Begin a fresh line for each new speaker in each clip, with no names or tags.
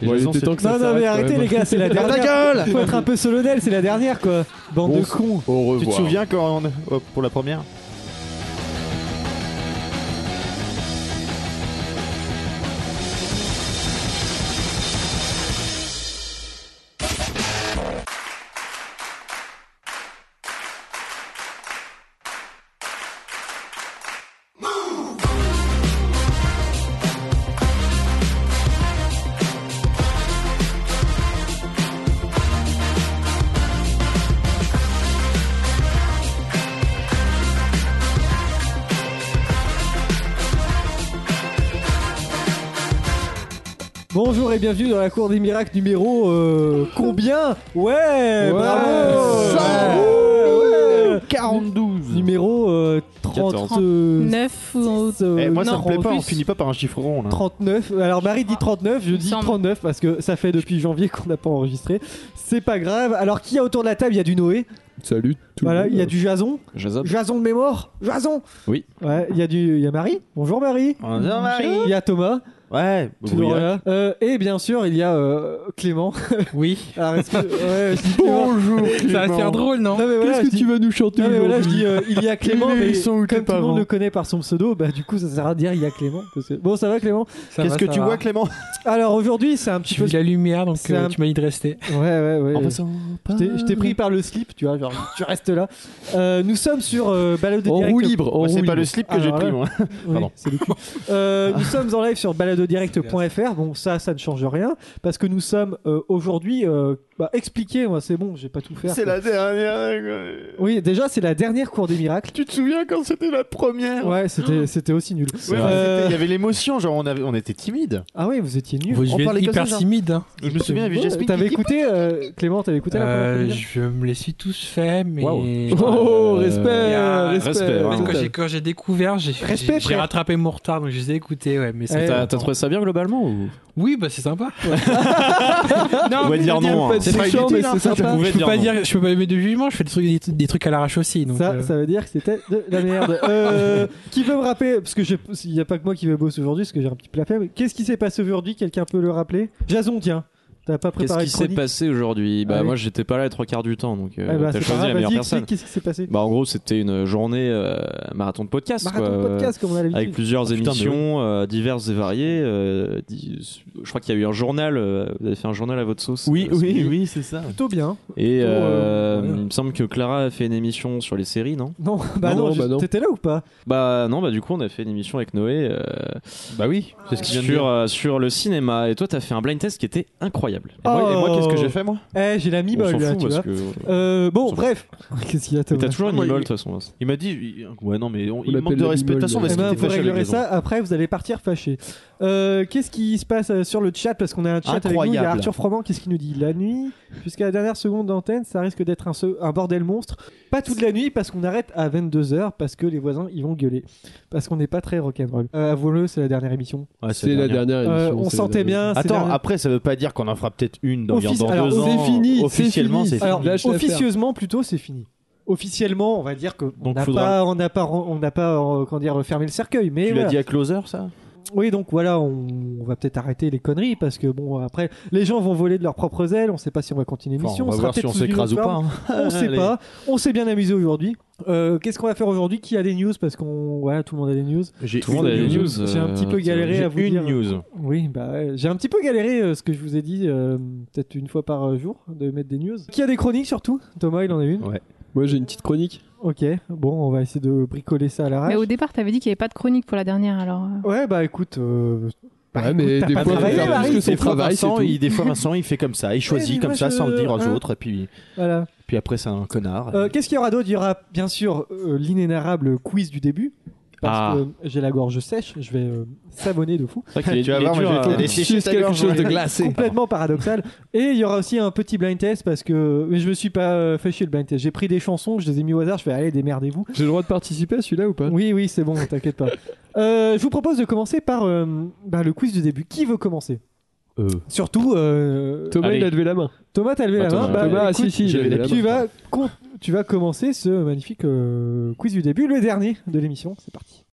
Et je sens c'est-
Non, non, mais arrêtez les gars, c'est la
Ferme ta
dernière.
gueule
Faut être un peu solennel, c'est la dernière quoi. Bande
Bon,
de cons.
Au revoir.
Tu te souviens quand on... oh, pour la première
Bonjour et bienvenue dans la cour des miracles numéro euh, combien Ouais,
Ouais.
Eh bravo Ouais,
Cent-
ouais.
42
Numéro euh,
14.
30,
9 ou
euh,
Eh, Moi ça
Non,
me plaît
en
pas, on
plus.
finit pas par un chiffre rond là.
39. Alors Marie dit 39, je dis
Semble.
39 parce que ça fait depuis janvier qu'on n'a pas enregistré. C'est pas grave. Alors qui y a autour de la table Il y a du Noé,
Salut tout
voilà,
le monde.
euh,
il y a du Jason,
Jason.
Jason de mémoire, Jason.
Oui.
Ouais, il y a du il y a Marie. Bonjour Marie.
Bonjour, Marie.
Il y a Thomas.
Ouais,
Toujours
Oh, oui,
là. Euh, et bien sûr, il y a euh, Clément. Ah, Oui. Bonjour.
Ça va faire Ah, drôle, non
Non mais voilà, je dis-
vas nous chanter
Ah,
non, mais voilà, je dis euh, il y a Clément,
Les
mais
sont où tes
comme tout le
parents
monde le connaît par son pseudo, bah du coup ça sert à dire il y a Clément. parce que- Bon, ça va Clément.
Ça
Qu'est-ce
va,
que
ça
tu
va.
vois Clément
Alors aujourd'hui, c'est un petit
Je
peu.
vis la lumière, donc
C'est
euh,
un-
tu m'as dit de rester.
Ouais, ouais, ouais.
En passant
Je t'ai- Je t'ai pris par le slip, tu vois, genre tu restes là. Euh, nous sommes sur euh, Balado
En
Direct.
roue libre. en
Moi, C'est
roue
pas le
libre.
slip que
Ah,
j'ai
ouais.
pris moi.
Oui,
Pardon.
c'est le cul. Euh, nous sommes en live sur baladodirect.fr. Bon, ça, ça ne change rien parce que nous sommes euh, aujourd'hui. euh, bah, expliquez, moi, c'est bon, j'ai pas tout faire.
C'est
quoi.
la dernière. quoi.
Oui, déjà, c'est la dernière cour des miracles.
Tu te souviens quand c'était la première
Ouais, c'était, c'était aussi nul.
Ah Ouais, mais
Euh,
c'était- Il y avait l'émotion, genre on, avait, on était timide.
Ah oui, vous étiez nul.
Vous
On parlait
êtes
comme
hyper
ça, genre.
timide. hein.
Je me souviens, il y avait Jasmine.
T'avais
qui-
écouté, euh, Clément, t'avais écouté la
Euh,
première
je me les suis tous faits, mais.
Waouh.
Euh,
Oh,
respect,
y a-
respect,
mais
vraiment.
quand j'ai- quand j'ai découvert, j'ai- j'ai
Respect,
j'ai
frère.
rattrapé mon retard, donc je les ai écoutés, ouais. Mais
Eh,
c'est-
T'as t'as trouvé ça bien globalement ou
Oui, bah c'est sympa.
On
non,
va
mais
dire
je veux
non.
pas-
hein.
c'est pas
chiant,
inutile,
mais
hein.
c'est
Je
sympa.
peux
pouvais dire
pas
non.
dire, je peux pas émettre de jugement, je fais des trucs, des, des trucs à l'arrache aussi. Donc,
Ça,
euh,
ça veut dire que c'était de la merde. Euh, qui veut me rappeler Parce que j'ai- il n'y a pas que moi qui vais bosser aujourd'hui, parce que j'ai un petit plafait. mais Qu'est-ce qui s'est passé aujourd'hui Quelqu'un peut le rappeler Jason, tiens. T'as pas
Qu'est-ce
préparé
qui
de
s'est
chronique
passé aujourd'hui Bah
Allez.
moi j'étais pas là les trois quarts du temps donc euh,
Ah Eh bah,
t'as
c'est
choisi
pas
la
grave,
meilleure
vas-y,
personne.
explique qu'est-ce qui s'est passé
Bah en gros c'était une journée euh, marathon de podcast
Marathon
quoi,
de podcast, comme on a
euh,
l'habitude.
avec plusieurs
putain, mais
émissions euh, diverses et variées. euh, di- je crois qu'il y a eu un journal. euh, vous avez fait un journal à votre sauce.
Oui,
euh, ce
oui,
midi.
oui, c'est ça.
Plutôt bien.
Et
Plutôt,
euh,
euh, voilà.
il me semble que Clara a fait une émission sur les séries, non
Non, bah non,
non,
je-
bah non.
t'étais là ou pas
Bah non, bah du coup on a fait une émission avec Noé euh,
Bah oui, c'est ce
sur, euh, sur le cinéma. Et toi t'as fait un blind test qui était incroyable.
Et moi, et moi,
Oh.
qu'est-ce que j'ai fait moi
Eh, j'ai la
on
mi-molle
s'en
là,
fout
tu
parce
vois.
que
Euh,
on
bon,
s'en
bref. Qu'est-ce qu'il y a,
mais
Thomas
t'as toujours une
Moi, il-
molle de toute façon. hein,
Il m'a dit, ouais, non, mais on- il
l'appelle
manque de
la
respect. De toute façon, on va
Eh
se
ben,
quitter
vous
fâché avec
réglerez
les autres.
ça, après vous allez partir fâché. Euh, Qu'est-ce qui se passe euh, sur le chat Parce qu'on a un chat avec nous, il y a
Incroyable.
Arthur Froment, qu'est-ce qu'il nous dit La nuit, jusqu'à la dernière seconde d'antenne, ça risque d'être un, se- un bordel monstre. Pas toute la nuit, parce qu'on arrête à 22h, parce que les voisins, ils vont gueuler. Parce qu'on n'est pas très rock'n'roll. Euh, Avouons-le, c'est la dernière émission.
Ouais,
C'est la dernière émission.
Euh,
c'est
on
la
sentait bien.
dernière.
c'est
Attends,
la-
après, ça veut pas dire qu'on en fera peut-être une dans,
Offici-
dans
alors,
deux
c'est
ans.
fini, c'est
Officiellement,
fini.
c'est fini.
Alors,
Lâche l'affaire.
officieusement, plutôt, c'est fini. Officiellement, on va dire que on
Donc,
n'a
faudra-
pas, on n'a pas, on n'a pas, euh, comment dire, fermé le cercueil. Mais
Tu
voilà.
l'as dit à Closer, ça
Oui, donc voilà, on, on va peut-être arrêter les conneries parce que bon, après, les gens vont voler de leurs propres ailes. On sait pas si on va continuer
Enfin,
l'émission.
On va
sera
voir si
peut-être
on
sous une
s'écrase ou
autre
pas.
forme.
hein.
On sait
Allez.
pas. On s'est bien amusé aujourd'hui. Euh, Qu'est-ce qu'on va faire aujourd'hui Qui a des news Parce qu'on, voilà, tout le monde a des news.
J'ai
Tout le monde a
une
des
news.
news.
J'ai un petit peu
euh,
galéré
J'ai
à vous
une
dire.
news.
Oui, bah, ouais, j'ai un petit peu galéré, euh, ce que je vous ai dit, euh, peut-être une fois par euh, jour, de mettre des news. Qui a des chroniques surtout Thomas, il en a une.
Moi j'ai une petite chronique.
Ok, bon, on va essayer de bricoler ça à la
Mais au
rage.
départ, t'avais dit qu'il n'y avait pas de chronique pour la dernière, alors. euh,
Ouais, bah écoute. euh, bah,
Ouais,
écoute,
mais
t'as
des
pas
fois, faut
travaillé,
faire
Marie.
parce que c'est
Des fois,
travail,
Vincent,
c'est tout.
il- des fois, Vincent, il fait comme ça. Il choisit
mais
comme
moi,
ça, sans le dire aux
je-
autres. Et puis,
Voilà.
puis après, c'est un connard.
Euh, Qu'est-ce qu'il y aura d'autre Il y aura bien sûr euh, l'inénarrable quiz du début. Parce
Ah.
que euh, j'ai la gorge sèche, je vais euh, savonner de fou.
C'est vrai qu'il est-
Tu vas
il est
voir, moi,
dur
je vais
à-
te la laisser.
Juste quelque chose de glacé.
Complètement paradoxal. Et il y aura aussi un petit blind test parce que mais je me suis pas euh, fait chier le blind test. J'ai pris des chansons, je les ai mis au hasard, je fais allez démerdez-vous.
J'ai le droit de participer à celui-là ou pas
Oui oui c'est bon, t'inquiète pas. Euh, je vous propose de commencer par euh, bah, le quiz du début. Qui veut commencer
Euh,
Surtout euh,
Thomas
Allez.
il a levé la main.
Thomas, t'as levé
Bah,
la main.
Thomas,
Bah,
Thomas, ah,
écoute,
si si,
j'avais
j'avais
la
la
tu
main.
vas con- tu vas commencer ce magnifique euh, quiz du début, le dernier de l'émission. C'est parti.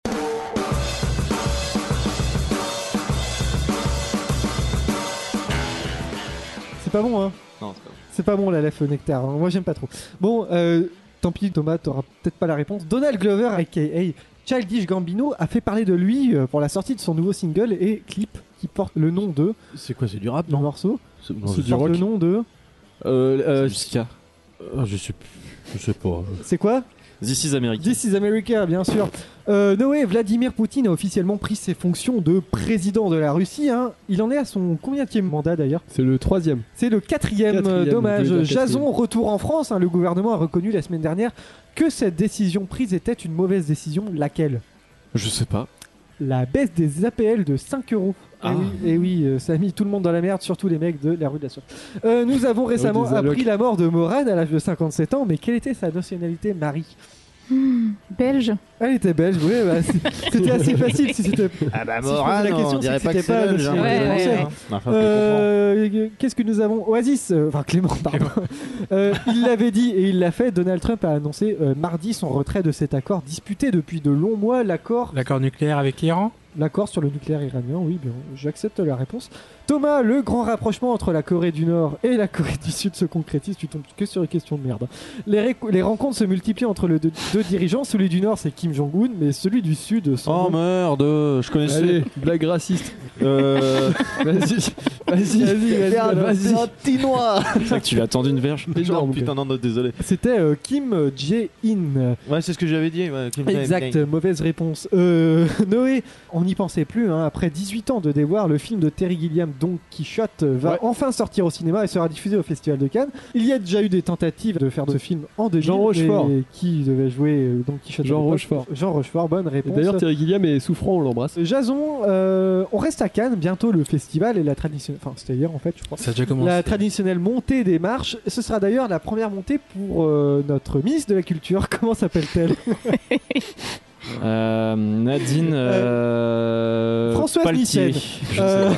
pas bon, hein.
Non, c'est pas vrai.
C'est pas bon la lèvre nectar, hein. moi j'aime pas trop. Bon, euh, tant pis Thomas, t'auras peut-être pas la réponse. Donald Glover, aka Childish Gambino, a fait parler de lui euh, pour la sortie de son nouveau single et clip qui porte le nom de
C'est quoi, c'est du rap
le morceau.
C'est
qui porte le nom de.
Euh, euh,
Jusqu'à.
ah, je sais plus. Je sais pas.
C'est quoi
This is America.
This is America, bien sûr. Euh, Noé, Vladimir Poutine a officiellement pris ses fonctions de président de la Russie. hein. Il en est à son combienième mandat d'ailleurs
C'est le troisième.
C'est le quatrième,
Quatrième,
euh, dommage.
déjà quatrième.
Jason, retour en France. hein. le gouvernement a reconnu la semaine dernière que cette décision prise était une mauvaise décision. Laquelle
Je sais pas.
La baisse des APL de 5 euros. Et
Ah.
oui, eh oui, euh, ça a mis tout le monde dans la merde, surtout les mecs de la rue de la Source. Euh, nous avons récemment
des allocs.
appris la mort de Morane à l'âge de 57 ans, mais quelle était sa nationalité, Marie
Ah, Belge.
Elle était belge, oui, bah, c'est- c'était assez facile si c'était.
Ah bah,
Si je posais la
Morane,
question,
on
c'est
dirait
que
pas que
c'était pas
c'est belge. hein.
le
Ouais, ouais,
Français,
ouais.
hein. Mais enfin, on peut comprendre.
Euh, Qu'est-ce que nous avons Oasis, euh, enfin Clément, pardon. Euh, il l'avait dit et il l'a fait. Donald Trump a annoncé euh, mardi son retrait de cet accord disputé depuis de longs mois. L'accord,
L'accord nucléaire avec l'Iran
l'accord sur le nucléaire iranien, oui, bien, j'accepte la réponse. Thomas, le grand rapprochement entre la Corée du Nord et la Corée du Sud se concrétise. Tu tombes que sur les questions de merde. hein. Les, réc- les rencontres se multiplient entre les deux, deux dirigeants. Celui du Nord, c'est Kim Jong-un, mais celui du Sud, son
Oh
nom-
merde, je connaissais.
Allez, blague raciste.
Euh,
Vas-y, vas-y, vas-y, vas-y.
c'est vrai que tu lui as tendu une verge.
Énorme,
Oh, putain, non, non, désolé.
c'était euh, Kim Jae-in.
Ouais, c'est ce que j'avais dit. ouais, Kim Jong-un.
Exact, mauvaise réponse. Euh, Noé, on n'y pensait plus. hein. Après 18 ans de déboire, le film de Terry Gilliam, Don Quichotte, va
Ouais.
enfin sortir au cinéma et sera diffusé au Festival de Cannes. Il y a déjà eu des tentatives de faire de ce film en 2000.
Jean
mais
Rochefort.
Qui devait jouer euh, Don Quichotte à
Jean
l'époque
Rochefort.
Jean Rochefort, bonne
Et
réponse.
D'ailleurs, Thierry Guilliam est souffrant, on l'embrasse.
Jason, euh, on reste à Cannes. Bientôt le festival et la tradition. Enfin, c'était hier en fait, je crois.
Ça a déjà commencé.
La traditionnelle montée des marches, ce sera d'ailleurs la première montée pour euh, notre Miss de la Culture. Comment s'appelle-t-elle
Euh, Nadine. Euh,
Françoise
Paltier.
Nissen.
Je sais
Euh,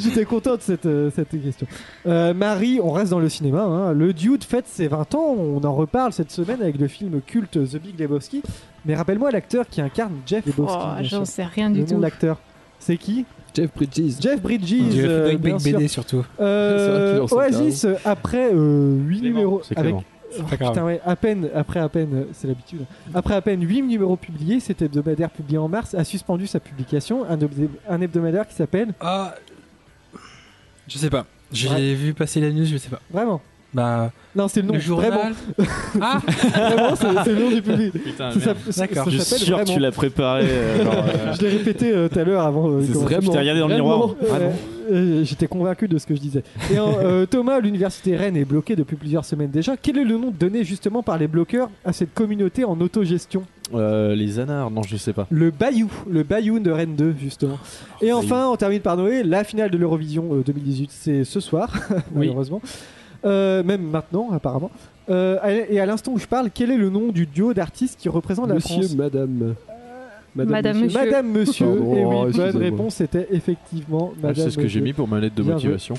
J'étais content de cette, euh, cette question. Euh, Marie, on reste dans le cinéma. hein. Le Dude fête ses 20 ans. On en reparle cette semaine avec le film culte The Big Lebowski. Mais rappelle-moi l'acteur qui incarne Jeff Lebowski.
Oh,
bien sûr.
j'en sais rien
Le
du
nom
tout.
de l'acteur. C'est qui
Jeff Bridges.
Jeff Bridges.
Du
euh,
Big
bien
Bang
sûr.
BD surtout.
Euh,
C'est vrai qu'il en sait
Oasis, euh, après 8
Clément.
numéros.
C'est
avec-
Clément.
C'est pas grave.
Putain, ouais, à peine, après à peine, euh, c'est l'habitude. Après à peine 8 numéros publiés, cet hebdomadaire publié en mars a suspendu sa publication. Un, hebd- un hebdomadaire qui s'appelle
Ah. Je sais pas. J'ai
Ouais.
vu passer la news, je sais pas.
Vraiment.
Bah,
Non, c'est le nom.
le
Vraiment,
journal. ah
vraiment, c'est c'est le nom du public. Ça
Putain, Ah, merde.
s'appelle-
D'accord.
ça
Je suis
s'appelle
sûr que
vraiment.
tu l'as préparé. euh, genre, euh,
Je l'ai répété euh, tout à l'heure avant. euh,
C'est
comment-
vrai, je t'ai regardé dans le
Vraiment,
miroir. Ah non.
euh, euh, J'étais convaincu de ce que je disais. Et en, euh, Thomas, l'université Rennes est bloquée depuis plusieurs semaines déjà. Quel est le nom donné justement par les bloqueurs à cette communauté en autogestion
Euh, les anards, non, je sais pas.
Le Bayou, le Bayou de Rennes 2 justement. Et enfin, on termine par Noé. La finale de l'Eurovision euh, 2018, c'est ce soir, malheureusement. Euh, même maintenant, apparemment. Euh, et à l'instant où je parle, quel est le nom du duo d'artististes qui représente la France
Monsieur, madame.
Madame, monsieur.
Madame Monsieur,
Pardon,
et oui, bonne
excusez-moi.
réponse c'était effectivement
Ah,
Madame
c'est ce que
Monsieur.
j'ai mis pour ma lettre de
Bah, Bien joué.
motivation.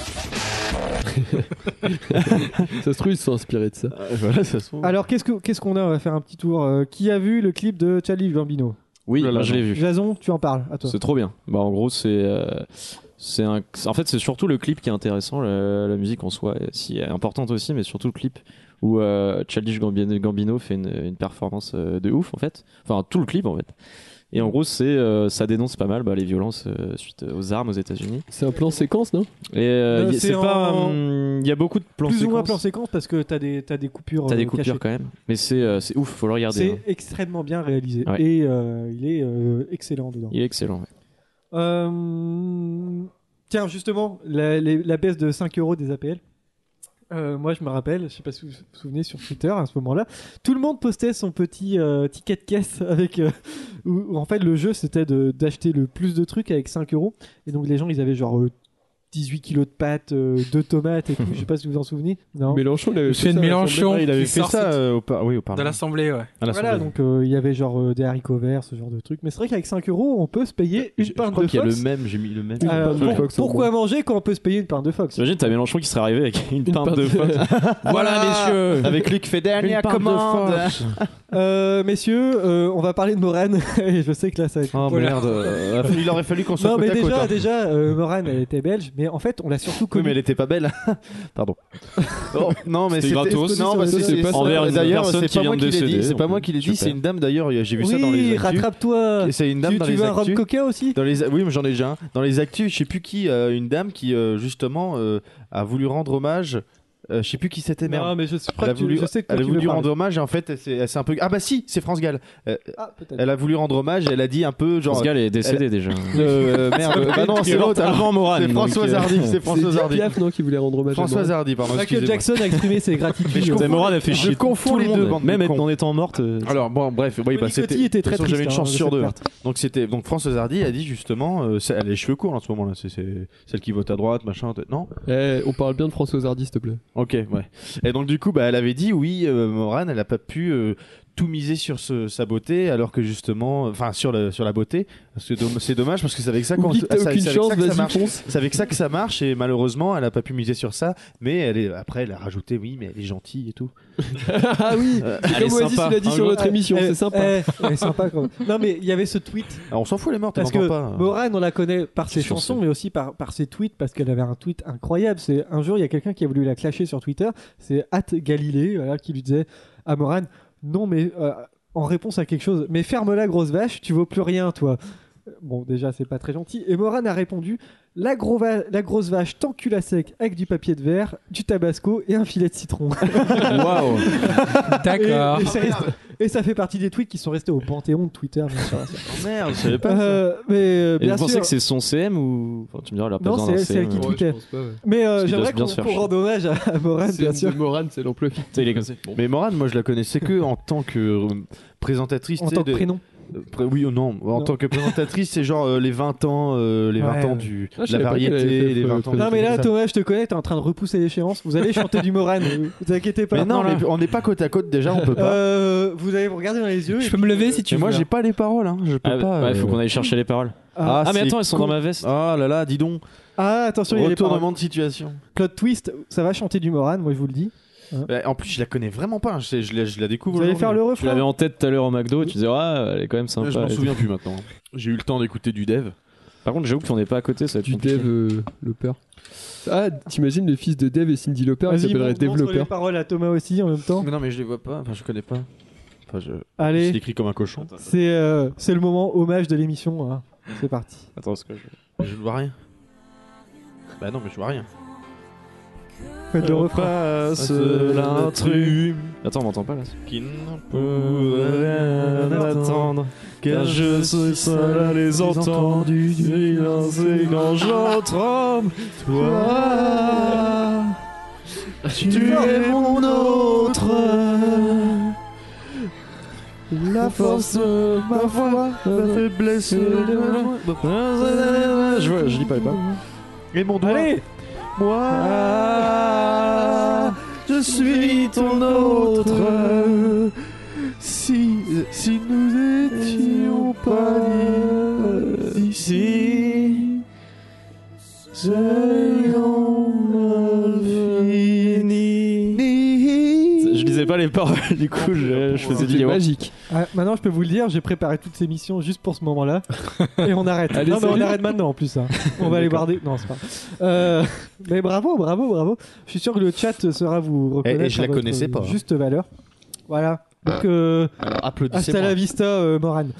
Ça se trouve, ils se sont inspirés de ça.
Ah, voilà, ça se trouve.
Alors qu'est-ce que- qu'est-ce qu'on a On va faire un petit tour. Euh, qui a vu le clip de Charlie Gambino
Oui,
Oulala,
moi, je l'ai vu.
Jason, tu en parles à toi.
C'est trop bien. Bah, en gros, c'est. euh, c'est un... En fait, c'est surtout le clip qui est intéressant. La, la musique en soi euh, si, est importante aussi, mais surtout le clip où euh, Childish Gambino, Gambino fait une, une performance euh, de ouf, en fait. Enfin, tout le clip, en fait. Et en gros, c'est euh, ça dénonce pas mal bah, les violences euh, suite aux armes aux États-Unis.
C'est un plan séquence, non
Et euh,
Euh,
y-
c'est
c'est pas.
en-
hum, Il y a beaucoup de plans
Plus ou moins
séquences.
plan séquence parce que t'as des t'as des coupures.
T'as
euh,
des coupures
cachées.
quand même. Mais c'est euh, c'est ouf, faut le regarder.
C'est
hein.
extrêmement bien réalisé
Ouais.
et euh, il est euh, excellent dedans.
Il est excellent. ouais.
Euh, Tiens, justement, la, les- la baisse de 5 euros des APL. Euh, moi, je me rappelle, je sais pas si vous vous souvenez sur Twitter à ce moment-là, tout le monde postait son petit euh, ticket de caisse avec. euh, où, où en fait, le jeu c'était de- d'acheter le plus de trucs avec 5 euros. Et donc, les gens ils avaient genre euh, 18 kilos de pâtes, euh, 2 tomates et tout. Je sais pas si vous vous en souvenez. Non.
Mélenchon, il avait
Monsieur
fait ça,
Mélenchon.
Ouais, il avait
qui
fait
sort
ça
cette-
euh, au, par- oui, au
Dans
Parlement.
l'assemblée, ouais.
À l'Assemblée.
Voilà, donc euh, il y avait genre euh, des haricots verts, ce genre de trucs. Mais c'est vrai qu'avec 5 euros, on peut se payer
Je-
une
je
pinte
crois
de Euh,
qu'il y a le
Fox.
même, j'ai mis le même.
Une
Alors,
pinte de
pour-
Fox, en
pourquoi manger quand on peut se payer une pinte de Fox
T'imagines, t'as Mélenchon qui serait arrivé avec une, pinte,
pinte
de
de-
fox.
Voilà, messieurs
Avec lui qui fait dernière
pinte de
commande.
Euh, messieurs, euh, on va parler de Morane. Et je sais que là, ça va être.
Oh
Voilà.
merde. euh, Il aurait fallu qu'on soit
Non, mais
côte à côte.
déjà,
hein.
déjà euh, Morane, elle était belge. Mais en fait, on l'a surtout
Oui, mais
connu.
elle était pas belle. Pardon. Oh, non, mais
C'était
c'était
gratos.
Non, parce que
Ça,
c'est
c'est pas ça. Envers une
D'ailleurs,
personne
c'est
qui
pas moi
vient de
qui l'ai dit.
décéder,
C'est pas
donc,
moi qui l'ai dit.
super.
C'est une dame d'ailleurs. J'ai vu ça dans les.
oui,
actus.
rattrape-toi.
Et C'est une dame
Tu,
dans
tu
les
veux un rhum
actus.
coca aussi
Dans les... Oui, mais j'en ai déjà un. Dans les actus, je sais plus qui, euh, une dame qui euh, justement euh, a voulu rendre hommage. euh, je sais plus qui c'était, merde.
Non, mais je sais
elle a
que tu-
voulu,
je sais que
elle a
tu
voulu
veux
rendre hommage et en fait, elle s'est elle s'est un peu. Ah bah si, c'est France Gall.
parler. Ah, peut-être.
Elle a voulu rendre hommage et elle a dit un peu genre.
Ce gars, il est décédé déjà.
euh, merde, bah non, c'est l'autre. alors.
avant Morane.
C'est Françoise Hardy. euh, C'est Françoise
C'est
Hardy.
Piaf, non, qui voulait rendre hommage
Françoise
à
Hardy, pardon.
Michael
excusez-moi.
Jackson a exprimé ses
Mais je
gratitudes.
comprends-
Morane a fait
Je
chier.
confonds
tout le
les deux
monde.
bandes de
Même
cons.
en étant morte. euh,
Alors bon, bref, oui, bah,
Nicolas
c'était.
Cotty était
de toute
très
façon, J'avais une
triste,
chance
hein, de
sur
cette
deux.
perte.
Donc c'était donc Françoise Hardy a dit justement, euh, c'est- elle a les cheveux courts en ce moment là, c'est c'est celle qui vote à droite, machin, t- non
Piaf. Eh, on parle bien de Françoise Hardy, s'il te plaît.
Ok, ouais. Et donc du coup, bah, elle avait dit oui, euh, Morane, elle a pas pu euh, tout miser sur ce- sa beauté, alors que justement, enfin sur la sur la beauté, parce que dom- c'est dommage parce que c'est avec ça qu'on,
Oublie que
ah,
t'as
c'est-
aucune
c'est avec
chance,
ça que ça
vas-y,
marche.
fonce.
C'est avec ça que ça marche et malheureusement, elle a pas pu miser sur ça, mais elle est après, elle a rajouté oui, mais elle est gentille et tout.
Ah oui,
Elle est
comme Oasis,
sympa.
il a dit
En
sur
gros,
notre émission,
Eh,
c'est sympa.
eh, elle est sympa quand même. Non, mais il y avait ce tweet.
Alors, on s'en fout les morts,
Parce
t'entends
que
Ah.
pas. hein.
Morane, on la connaît par ses
Sur
chansons,
ce-
mais aussi par, par ses tweets, parce qu'elle avait un tweet incroyable. C'est un jour, il y a quelqu'un qui a voulu la clasher sur Twitter. C'est At Galilée, voilà, qui lui disait à Morane, non, mais euh, en réponse à quelque chose, mais ferme-la, grosse vache, tu vaux plus rien, toi. Bon, déjà, c'est pas très gentil. Et Morane a répondu La, gros va- la grosse vache t'encule à sec avec du papier de verre, du tabasco et un filet de citron.
Waouh D'accord.
Et, et c'est resté- et ça fait partie des tweets qui sont restés au panthéon de Twitter, bien sûr.
Oh, merde, je savais pas.
Euh, mais euh,
Et
bien
vous pensez
sûr.
que c'est son CM ou enfin, tu me diras, elle a pas
Non,
besoin d'un
c'est- c'est elle
CM.
qui
euh,
tweet. tweetait. Mais euh,
Parce qu'il doit
j'aimerais
bien
qu'on
se faire
qu'on
chier.
rende hommage à, à Morane, bien sûr.
Morane, c'est l'emploi fictif.
tu sais, il est comme ça. Bon.
Mais Morane, moi je la connaissais que en tant que euh, présentatrice.
En
tu sais,
tant que
de-
prénom.
euh, pré- Oui ou non, en
Non.
tant que présentatrice, c'est genre euh, les 20 ans, euh, les 20
Ouais,
ans
ouais.
du
Ah, je
la
savais pas qu'elle avait
variété,
fait
les 20 ans.
le-
Non, mais là,
Ça.
Thomas, je te connais, t'es en train de repousser l'échéance. Vous allez chanter du Morane. Vous vous inquiétez pas.
Mais non,
Maintenant,
mais
là.
on n'est pas côte à côte déjà, on peut pas.
Euh, vous allez vous regarder dans les yeux.
Je
et
peux me lever si tu
Ah,
Mais
veux.
euh,
moi j'ai pas les paroles, hein, je peux
Ah,
bah,
pas.
ouais,
euh.
faut qu'on aille chercher les paroles. Ah, mais
c'est
attends, elles sont
con.
dans ma veste.
Ah là là, dis donc,
Ah, attention, il y a les paroles.
retournement de situation.
Plot twist, ça va chanter du Morane, moi je vous le dis.
Bah, En plus, je la connais vraiment pas, hein. je, sais- je la, je la découvre.
Vous allez
aujourd'hui.
faire
hein.
le
Tu l'avais
refrain.
en tête tout à l'heure au McDo, tu disais, ah, elle est quand même sympa.
Je m'en
Et
souviens plus maintenant. hein. J'ai eu le temps d'écouter du dev.
Par contre, j'avoue qu'on est pas à côté,
Bah,
ça va être
Du
compliqué.
Dev euh, Loper. Ah, t'imagines le fils de Dev et Cindy Loper, il
Vas-y,
s'appellerait
montre-
Dev
montre les
Loper.
paroles à Thomas aussi en même temps.
Mais non, mais je les vois pas, enfin je connais pas. Enfin, je, je
Allez,
l'écris comme un cochon.
c'est euh, c'est le moment hommage de l'émission. hein. C'est parti.
Attends, ce que je...
Je ne vois rien. Bah non, mais je vois rien.
Faites le refrain.
Passe
l'intrus
Ah, Attends, on m'entend pas là.
qui ne peut rien attendre, car je suis seul à les entendre.
C'est quand je l'entrempe,
Ah.
Ah.
Toi, tu
es
mon autre,
La force.
ma foi, ma faiblesse.
Ah.
Je, vois, je lis pas les pas. Et mon doigt.
Allez
Moi, Ah, je suis ton autre. Si, si nous étions pas d'ici, serions
Je
infinis.
lisais pas les paroles, du coup, je, je faisais du
C'est
yaourt.
magique.
Ah, maintenant, je peux vous le dire, j'ai préparé toutes ces missions juste pour ce moment-là. et on arrête.
Allez,
non, mais on
salut.
arrête maintenant en plus. hein. On va aller voir des. Non, c'est pas. Euh, mais bravo, bravo, bravo. Je suis sûr que le chat sera vous reconnaître.
Eh, eh, je
à
la
votre
connaissais pas. Ah.
Juste valeur. Voilà. Donc, euh,
Ah,
hasta la
Applaudissez-moi.
vista, euh, Morane.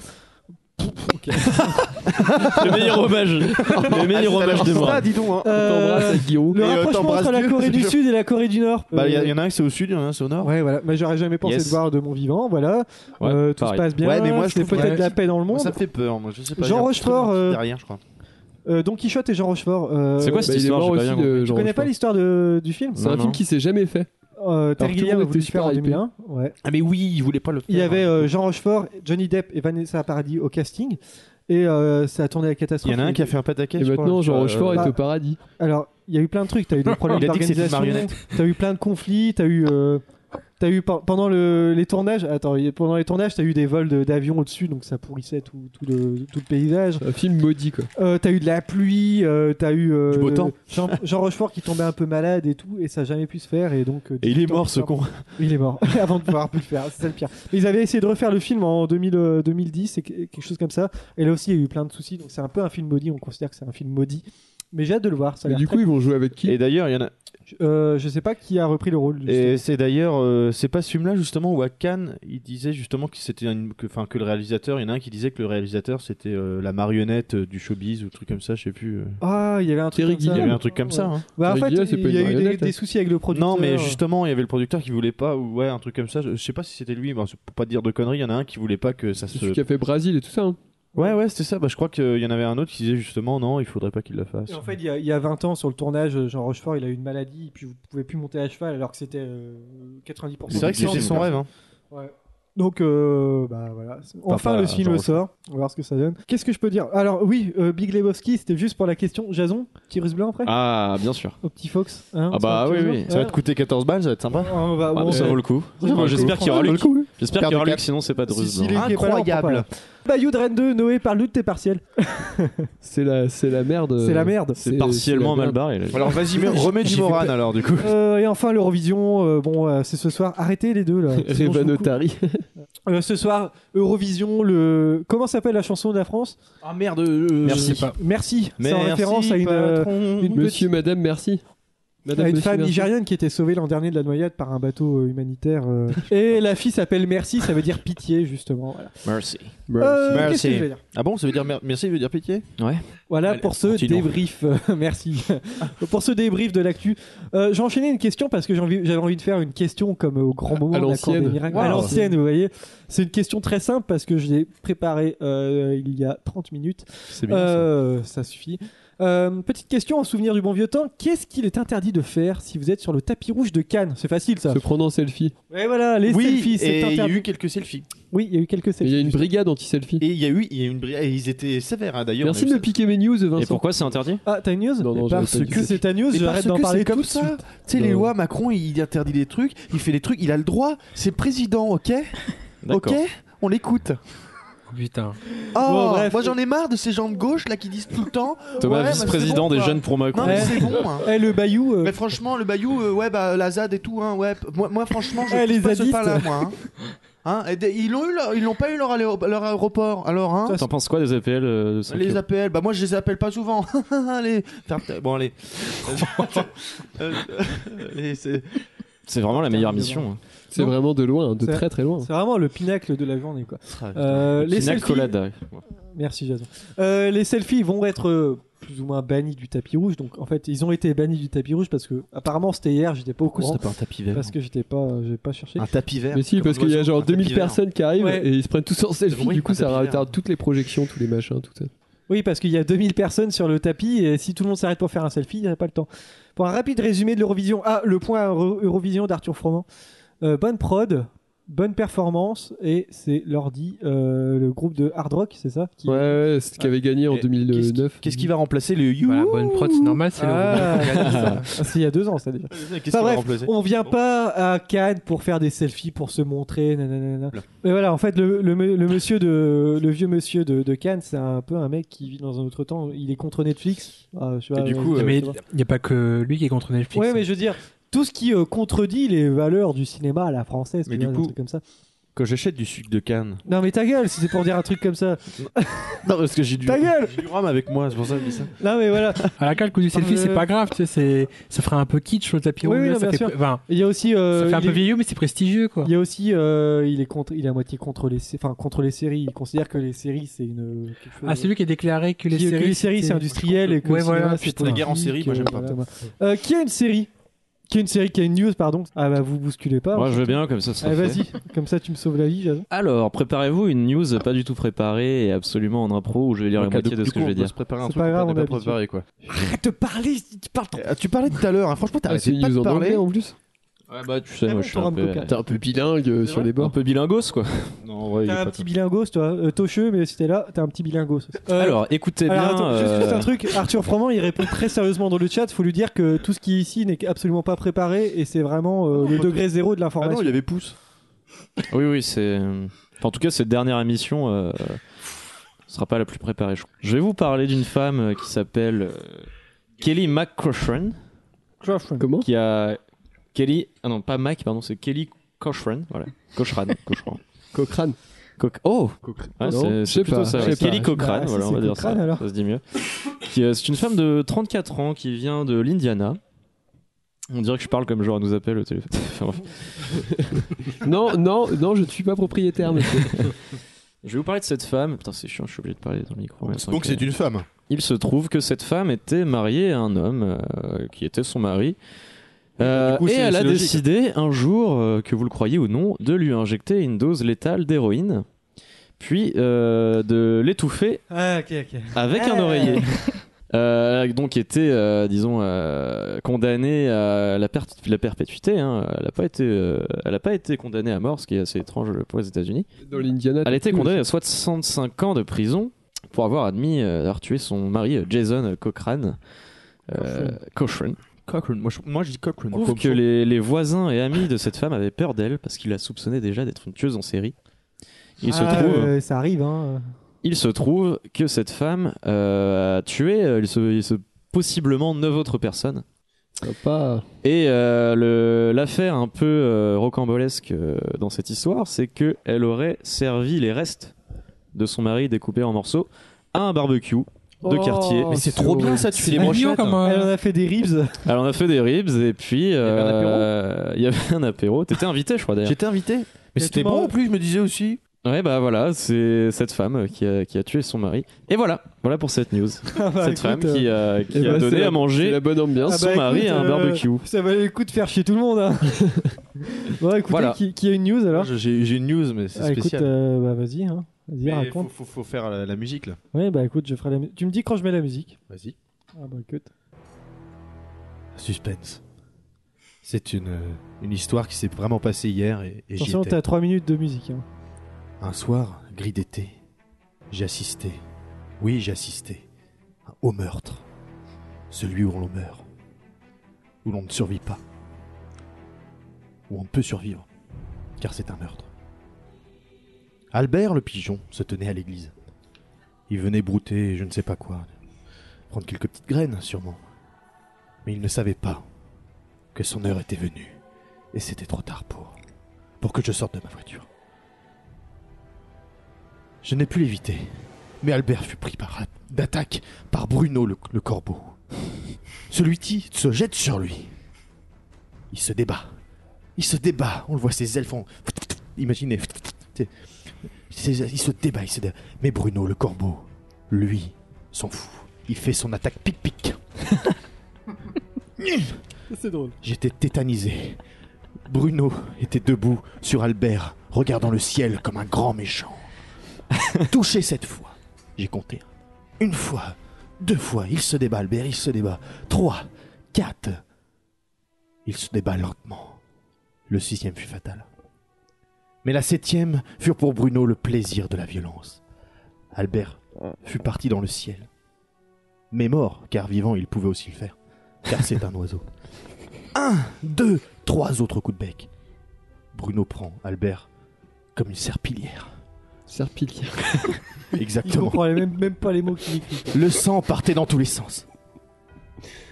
Le meilleur hommage.
Ah,
Le meilleur hommage de moi.
dis donc. hein.
Euh,
T'embrasses avec Ah, Guillaume.
le
Et, euh,
rapprochement
t'embrasses
entre la
Dieu,
Corée du
je-
Sud et la Corée du Nord.
Bah, il y,
Euh,
en a un qui c'est au sud, il y en a un c'est au nord.
Ouais, voilà. Mais j'aurais jamais pensé
Yes.
de voir de mon vivant. Voilà.
Ouais,
Euh, tout se
pareil.
passe bien.
Ouais, mais moi, je
c'est
trouve-
peut-être
ouais.
la paix dans le
Moi,
monde.
ça me fait peur, moi je sais pas.
Jean
il y a un
Rochefort,
truc
euh,
derrière, je crois.
Euh, Don Quichotte et Jean Rochefort. euh,
C'est quoi cette
Bah, il est
histoire
mort
J'ai pas
aussi
bien compris.
de
Tu
Jean
connais pas
Rochefort.
l'histoire de- du film
C'est un
Non, non.
film qui s'est jamais fait.
Euh, Terry
Alors, tout le
Gilliam a
monde
voulu
était
le faire en
super hypé.
2001. Ouais.
Ah, mais oui, il voulait pas hein. le
Il y avait euh, Jean Rochefort, Johnny Depp et Vanessa Paradis au casting. Et euh, ça a tourné à la
Il
catastrophe.
y en a un qui a fait un pataquès.
Et
je crois,
maintenant, Jean
euh,
Rochefort
bah,
est au paradis.
Alors, il y a eu plein de trucs. T'as eu des problèmes
Il a dit que c'était une
d'organisation.
marionnette.
T'as eu plein de conflits. T'as eu, euh, t'as eu pe- pendant le- les tournages. Attends, il y a- pendant les tournages, t'as eu des vols de- d'avions au-dessus, donc ça pourrissait tout, tout le, tout le paysage.
Un film maudit, quoi.
Euh, t'as eu de la pluie. euh, t'as eu euh,
Du beau temps.
Jean, Jean Rochefort qui tombait un peu malade et tout, et ça a jamais pu se faire. Et donc. euh,
Et il est
tout le
mort
temps,
ce con.
Il est mort avant de pouvoir plus le faire, c'est ça le pire. Mais ils avaient essayé de refaire le film en 2000, euh, 2010 et que- quelque chose comme ça. Et là aussi, il y a eu plein de soucis. Donc c'est un peu un film maudit. On considère que c'est un film maudit. Mais j'ai hâte de le voir. Ça a
Mais
l'air
du
très
coup, ils vont jouer avec qui
Et d'ailleurs, il y en a.
cool. Euh, je sais pas qui a repris le rôle.
Et c'est d'ailleurs, euh, c'est pas ce film-là justement où à Cannes, il disait justement que c'était, une- que, enfin, que le réalisateur, il y en a un qui disait que le réalisateur c'était euh, la marionnette euh, du showbiz ou un truc comme ça, je sais plus. euh.
Ah, il y avait un truc
Terry
comme ça.
Il y avait un truc comme ça. hein.
Bah, en
Terry
fait,
Gilliam, c'est
il
pas une
y a eu des,
marionnette,
des
hein.
soucis avec le producteur.
Non, mais justement, il y avait le producteur qui voulait pas, ou ouais, un truc comme ça. Je, je sais pas si c'était lui, bon, c'est pour pas dire de conneries, il y en a un qui voulait pas que ça se.
Celui qui a fait Brésil et tout ça. hein.
Ouais, ouais, c'était ça. Bah, je crois qu'il y en avait un autre qui disait justement non, il faudrait pas qu'il le fasse.
Et en fait, il y, a, il y a 20 ans sur le tournage, Jean Rochefort, il a eu une maladie, et puis vous pouvez plus monter à cheval alors que c'était euh, 90%.
C'est vrai que
du temps.
c'était son rêve. Hein.
Ouais. Donc, euh, bah voilà. Enfin,
pas
le film
Jean
sort. On va voir ce que ça donne. Qu'est-ce que je peux dire Alors, oui, euh, Big Lebowski, c'était juste pour la question. Jason, petit russe blanc après
Ah, bien sûr.
Au petit Fox hein,
Ah bah
sur le
oui,
petit
oui.
Fox
Ça va
Ouais.
te coûter 14 balles, ça va être sympa.
Ah, bah,
Ah,
bon,
mais ça
euh,
vaut le coup.
ça vaut le
J'espère
coup.
qu'il y aura
Ça vaut le
Luc.
coup.
J'espère qu'il y
Perdre
aura Luc,
quatre.
sinon c'est pas de hein.
si Luc
russe.
est pas là, on prend
Incroyable.
pas. Bah, Yudren 2, Noé, parle-nous de tes partiels.
C'est la, c'est la merde. euh,
C'est la merde.
C'est partiellement
c'est
mal
la merde.
barré. là.
Alors vas-y, mais remets
J'ai
du
fait
Moran
peur.
alors, du coup.
Euh, et enfin, l'Eurovision, euh, bon, euh, c'est ce soir. Arrêtez les deux là. Sinon, je vous
Revan
coupe.
Otari.
Euh, ce soir, Eurovision, le. Comment s'appelle la chanson de la France
Ah merde.
Merci.
Merci. C'est en
Merci,
référence à une, euh,
patron.
une
Monsieur, madame, merci. Madame,
à une
monsieur,
femme
merci.
nigériane qui était sauvée l'an dernier de la noyade par un bateau euh, humanitaire. euh. Et la fille s'appelle Merci, ça veut dire pitié justement. Voilà.
Merci.
Bah,
Euh,
Merci.
qu'est-ce que je vais dire
Ah bon, ça veut dire mer- merci, ça veut dire pitié
Voilà
Allez,
pour ce
continuons.
débrief. euh, Merci. pour ce débrief de l'actu. Euh, J'ai enchaîné une question parce que j'ai envie- j'avais envie de faire une question comme au grand moment
À
de la
l'ancienne.
Cour des miracles.
Wow.
À l'ancienne, vous voyez. C'est une question très simple parce que je l'ai préparée euh, il y a 30 minutes.
C'est
Euh, ça. suffit. Euh, petite question en souvenir du bon vieux temps. Qu'est-ce qu'il est interdit de faire si vous êtes sur le tapis rouge de Cannes C'est facile ça.
Se prendre en selfie.
Et voilà, les
oui,
selfies,
et
c'est
il y a
interdit.
eu quelques selfies.
Oui, il y a eu quelques
Il y a
selfies.
une brigade anti-selfie.
Et il y a eu, il y a eu une bri- et ils étaient sévères hein, d'ailleurs.
Merci
on a
de
eu
me piquer mes news, Vincent.
Et pourquoi c'est interdit
Ah, t'as une news
Non, non,
Et
j'avais
Parce
pas dit
que
ça.
c'est ta news,
ça. Et
j'arrête
parce
d'en
que
parler
c'est
tout
comme
de
ça.
suite.
Tu sais, les
Non.
lois, Macron, il interdit des trucs, il fait des trucs, il a le droit. C'est président, ok Ok
D'accord.
On l'écoute.
Oh, putain.
Oh,
Bon, bref.
moi j'en ai marre de ces gens de gauche là qui disent tout le temps.
Thomas,
ouais, bah, c'est
vice-président
bon,
des
quoi.
jeunes pour Macron.
Non, mais
Ouais.
c'est bon. hein.
Eh, le Bayou, euh,
Mais franchement, le Bayou, euh, ouais, bah, la ZAD et tout, hein, ouais. p- Moi, moi, franchement, je
Eh, les
touche pas ce
zadistes.
pas-là, moi. hein. Hein, et des- ils l'ont eu, leur- ils l'ont pas eu leur, allé- leur aéroport, alors, hein.
T'en penses quoi des APL euh, de Sakyo
Les APL, bah moi je les appelle pas souvent. allez, bon allez. Euh, allez, c'est-
C'est vraiment la meilleure mission. hein.
C'est
Non.
vraiment de loin, de
C'est-
très très loin.
c'est vraiment le pinacle de la journée, quoi.
putain.
Euh, les
Final
selfies,
collade.
merci Jason. Euh, les selfies vont être euh, plus ou moins bannis du tapis rouge. Donc en fait, ils ont été bannis du tapis rouge parce que apparemment c'était hier, j'étais pas au courant
pas un tapis vert
parce que j'étais pas, euh, j'ai pas cherché.
Un tapis vert.
Mais si,
comme
parce qu'il y a
l'oiseau,
genre
un tapis
2000
vert. hein.
personnes qui arrivent
Ouais.
et ils se prennent tous en selfie.
Oui,
du coup,
un
ça
tapis vert.
retarde toutes les projections, tous les machins, tout ça.
Oui, parce qu'il y a 2000 personnes sur le tapis et si tout le monde s'arrête pour faire un selfie, il n'y aurait pas le temps. Pour un rapide résumé de l'Eurovision, ah, le point Euro- Eurovision d'Arthur Froment. Euh, bonne prod, bonne performance et c'est l'ordi, euh, le groupe de hard rock, c'est ça qui-
Ouais, ouais, c'est ce qui avait gagné en
Ah. Et qu'est-ce qui-
2009.
Qu'est-ce qui va remplacer le You
Voilà, bonne prod, c'est normal, c'est
Ah,
le
c'est ça. Ah, c'est il y a deux ans ça déjà.
Qu'est-ce qui
Enfin,
va
bref,
remplacer
on vient pas à Cannes pour faire des selfies, pour se montrer, nanana.
Là.
Mais voilà, en fait, le, le, le monsieur de, le vieux monsieur de, de Cannes, c'est un peu un mec qui vit dans un autre temps. Il est contre Netflix. Ah, je sais pas,
Et du
euh,
coup,
je sais
Mais
pas.
il n'y a pas que lui qui est contre Netflix.
Ouais, mais je veux dire, tout ce qui euh, contredit les valeurs du cinéma à la française,
Mais
tu
du
vois, un
coup-
truc comme ça.
Quand j'achète du sucre de canne.
Non, mais ta gueule, si c'est pour dire un truc comme ça.
Non, parce que j'ai du.
Ta gueule
J'ai du rhum avec moi, c'est pour ça que je dis ça.
Non, mais voilà.
À la calque du selfie,
Euh,
c'est pas grave, tu sais, c'est- ça fera un peu kitsch le tapis
Oui,
rouge.
oui,
là,
non,
ça,
bien
fait...
sûr.
enfin,
Il y a aussi. euh,
ça fait un
il
peu
est-
vieillot, mais c'est prestigieux quoi.
Il y a aussi, euh, il est contre, il est à moitié contre les, sé- enfin contre les séries. Il considère que les séries c'est une. quelque chose-
Ah, celui qui a déclaré que
qui-
les
que
séries.
les séries c'est
c'était-
industriel et que
Ouais,
le cinéma,
voilà,
c'est
putain. La
guerre en série,
politique,
moi, j'aime
euh,
pas.
voilà. Euh, qui a une série Qui a une série Qui a une news Pardon. Ah bah vous bousculez pas.
Moi je veux bien comme ça. ce sera
Allez,
fait.
vas-y, comme ça tu me sauves la vie. Jason.
Alors, préparez-vous une news pas du tout préparée et absolument en impro où je vais lire
Donc,
la
à
moitié
deux-
de
du
ce que je
coup,
vais
on peut
dire.
se préparer un
C'est
truc
pas grave,
qu'on
on
n'est
a
pas préparé, quoi.
Arrête de parler, tu parles
Euh, Tu parlais tout à l'heure, hein, franchement,
Ah,
t'arrêtais
c'est une
pas de
news en anglais
parler.
en plus.
Ouais, bah tu sais,
Ah
moi
bon,
je suis
ton
un
rhum
peu,
coca.
T'es un peu bilingue euh, sur les
un
bords.
peu bilingos quoi.
Non, en vrai, il est
T'as un
pas
petit bilingos, toi. Euh, Tocheux, mais si t'es là, t'es un petit bilingos. Euh,
Alors, écoutez
alors,
bien.
attends, juste, juste
euh,
un truc. Arthur Froment, il répond très sérieusement dans le chat. Faut lui dire que tout ce qui est ici n'est absolument pas préparé et c'est vraiment euh, le degré zéro de
Ah non,
l'information.
il y avait pouce.
Oui, oui, c'est. enfin, en tout cas, cette dernière émission euh, sera pas la plus préparée. Je, crois. Je vais vous parler d'une femme euh, qui s'appelle euh, Kelly McCochran,
Crofton.
Comment
qui a Kelly. Ah non, pas Mac, pardon, c'est Kelly Cochran. Voilà, Cochran, Cochran.
Cochrane.
Coq- Oh Ouais,
Non,
c'est-
je
C'est
sais
plutôt
pas,
ça.
je
ouais.
sais pas.
Kelly Cochrane,
Bah, si
voilà, on
c'est
va dire
Cochrane,
ça.
alors.
Ça se dit mieux. Qui, euh, c'est une femme de 34 ans qui vient de l'Indiana. On dirait que je parle comme genre nous appelle au téléphone. Enfin, bref.
Non, non, non, je ne suis pas propriétaire, monsieur.
Je vais vous parler de cette femme. Putain, c'est chiant, je suis obligé de parler dans le micro. en même temps
Donc
que-
c'est une femme.
Il se trouve que cette femme était mariée à un homme euh, qui était son mari. Euh,
coup,
et
c'est-
elle
c'est
a
logique.
décidé un jour, euh, que vous le croyez ou non, de lui injecter une dose létale d'héroïne, puis euh, de l'étouffer
Ah, ok, ok.
avec un
Ah.
oreiller. Euh, elle a donc été, euh, disons, euh, condamnée à la, per- la perpétuité. hein. Elle n'a pas, été, euh, elle a pas été condamnée à mort, ce qui est assez étrange pour les États-Unis.
Dans l'Indiana.
Elle a été
tout,
condamnée à 65 ans de prison pour avoir admis euh, d'avoir tué son mari euh, Jason Cochrane. Euh, Cochrane.
Cochrane. Moi, je, moi, je dis Cochrane.
Prouve que les, les voisins et amis de cette femme avaient peur d'elle parce qu'ils la soupçonnaient déjà d'être une tueuse en série. Il se
Ah,
trouve.
euh, ça arrive, hein.
Il se trouve que cette femme euh, a tué euh, il se, il se- possiblement neuf autres personnes.
ça va Pas...
Et euh, le- l'affaire un peu euh, rocambolesque euh, dans cette histoire, c'est que elle aurait servi les restes de son mari découpés en morceaux à un barbecue de quartier.
Oh,
Mais c'est trop bien ça, tu fais des brochettes.
comme
Elle
euh,
en a fait hein. des ribs.
Alors on a fait des ribs et puis
avait un apéro
euh, il y avait un apéro. T'étais invité, je crois d'ailleurs.
J'étais invité.
Mais
Mais
c'était
c'était
bon.
bon en plus, je me disais aussi.
Ouais bah voilà, c'est cette femme qui a, qui a tué son mari. Et voilà, voilà pour cette news.
Ah bah,
cette femme
écoute, euh,
qui a, qui
eh
a
bah, c'est
donné
la-
à
C'est
manger
la bonne ambiance.
Ah
son
bah,
mari
écoute,
à un
euh,
barbecue.
Ça valait le coup de faire chier tout le monde. Hein. bon, écoutez,
Voilà.
qui, qui a une news alors
Je- J'ai j'ai une news, mais c'est
Ah, Écoute,
spécial.
euh, bah, vas-y, hein. vas-y
Mais faut,
raconte.
faut, faut faire la, la musique là.
Ouais, bah écoute, je ferai la mu- Tu me dis quand je mets la musique.
Vas-y.
Ah bah écoute.
Suspense. C'est une, euh, une histoire qui s'est vraiment passée hier et, et j'y
Attention,
étais.
t'as 3 minutes de musique. hein.
Un soir, gris d'été, j'assistais. Oui, j'assistais. Au meurtre. Celui où l'on meurt. Où l'on ne survit pas. Où on ne peut survivre. Car c'est un meurtre. Albert le pigeon se tenait à l'église. Il venait brouter je ne sais pas quoi. Prendre quelques petites graines, sûrement. Mais il ne savait pas que son heure était venue. Et c'était trop tard pour. pour que je sorte de ma voiture. Je n'ai pu l'éviter, mais Albert fut pris par d'attaque par Bruno le, le corbeau. Celui-ci se jette sur lui. Il se débat. Il se débat. On le voit, ses ailes font. Imaginez. C'est- c'est- Il se débat, il se débat. Mais Bruno le corbeau, lui, s'en fout. Il fait son attaque pic-pic.
C'est drôle.
J'étais tétanisé. Bruno était debout sur Albert, regardant le ciel comme un grand méchant. Touché cette fois, j'ai compté. Une fois, deux fois, il se débat, Albert, il se débat. Trois, quatre. Il se débat lentement. Le sixième fut fatal. Mais la septième fut pour Bruno le plaisir de la violence. Albert fut parti dans le ciel. Mais mort, car vivant, il pouvait aussi le faire. Car c'est un oiseau deux, trois autres coups de bec. Bruno prend Albert comme une serpillière.
Serpillière.
Il
Exactement.
comprend même, même pas les mots qu'il écrit.
Le sang partait dans tous les sens.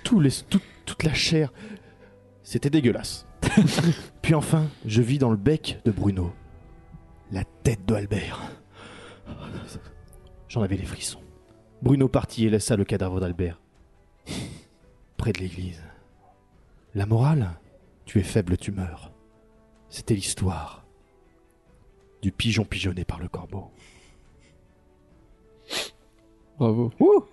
Tous les, tout- toute la chair. C'était dégueulasse. Puis enfin, je vis dans le bec de Bruno la tête de Albert. J'en avais les frissons. Bruno partit et laissa le cadavre d'Albert près de l'église. La morale Tu es faible, tu meurs. C'était l'histoire du pigeon pigeonné par le corbeau.
Bravo.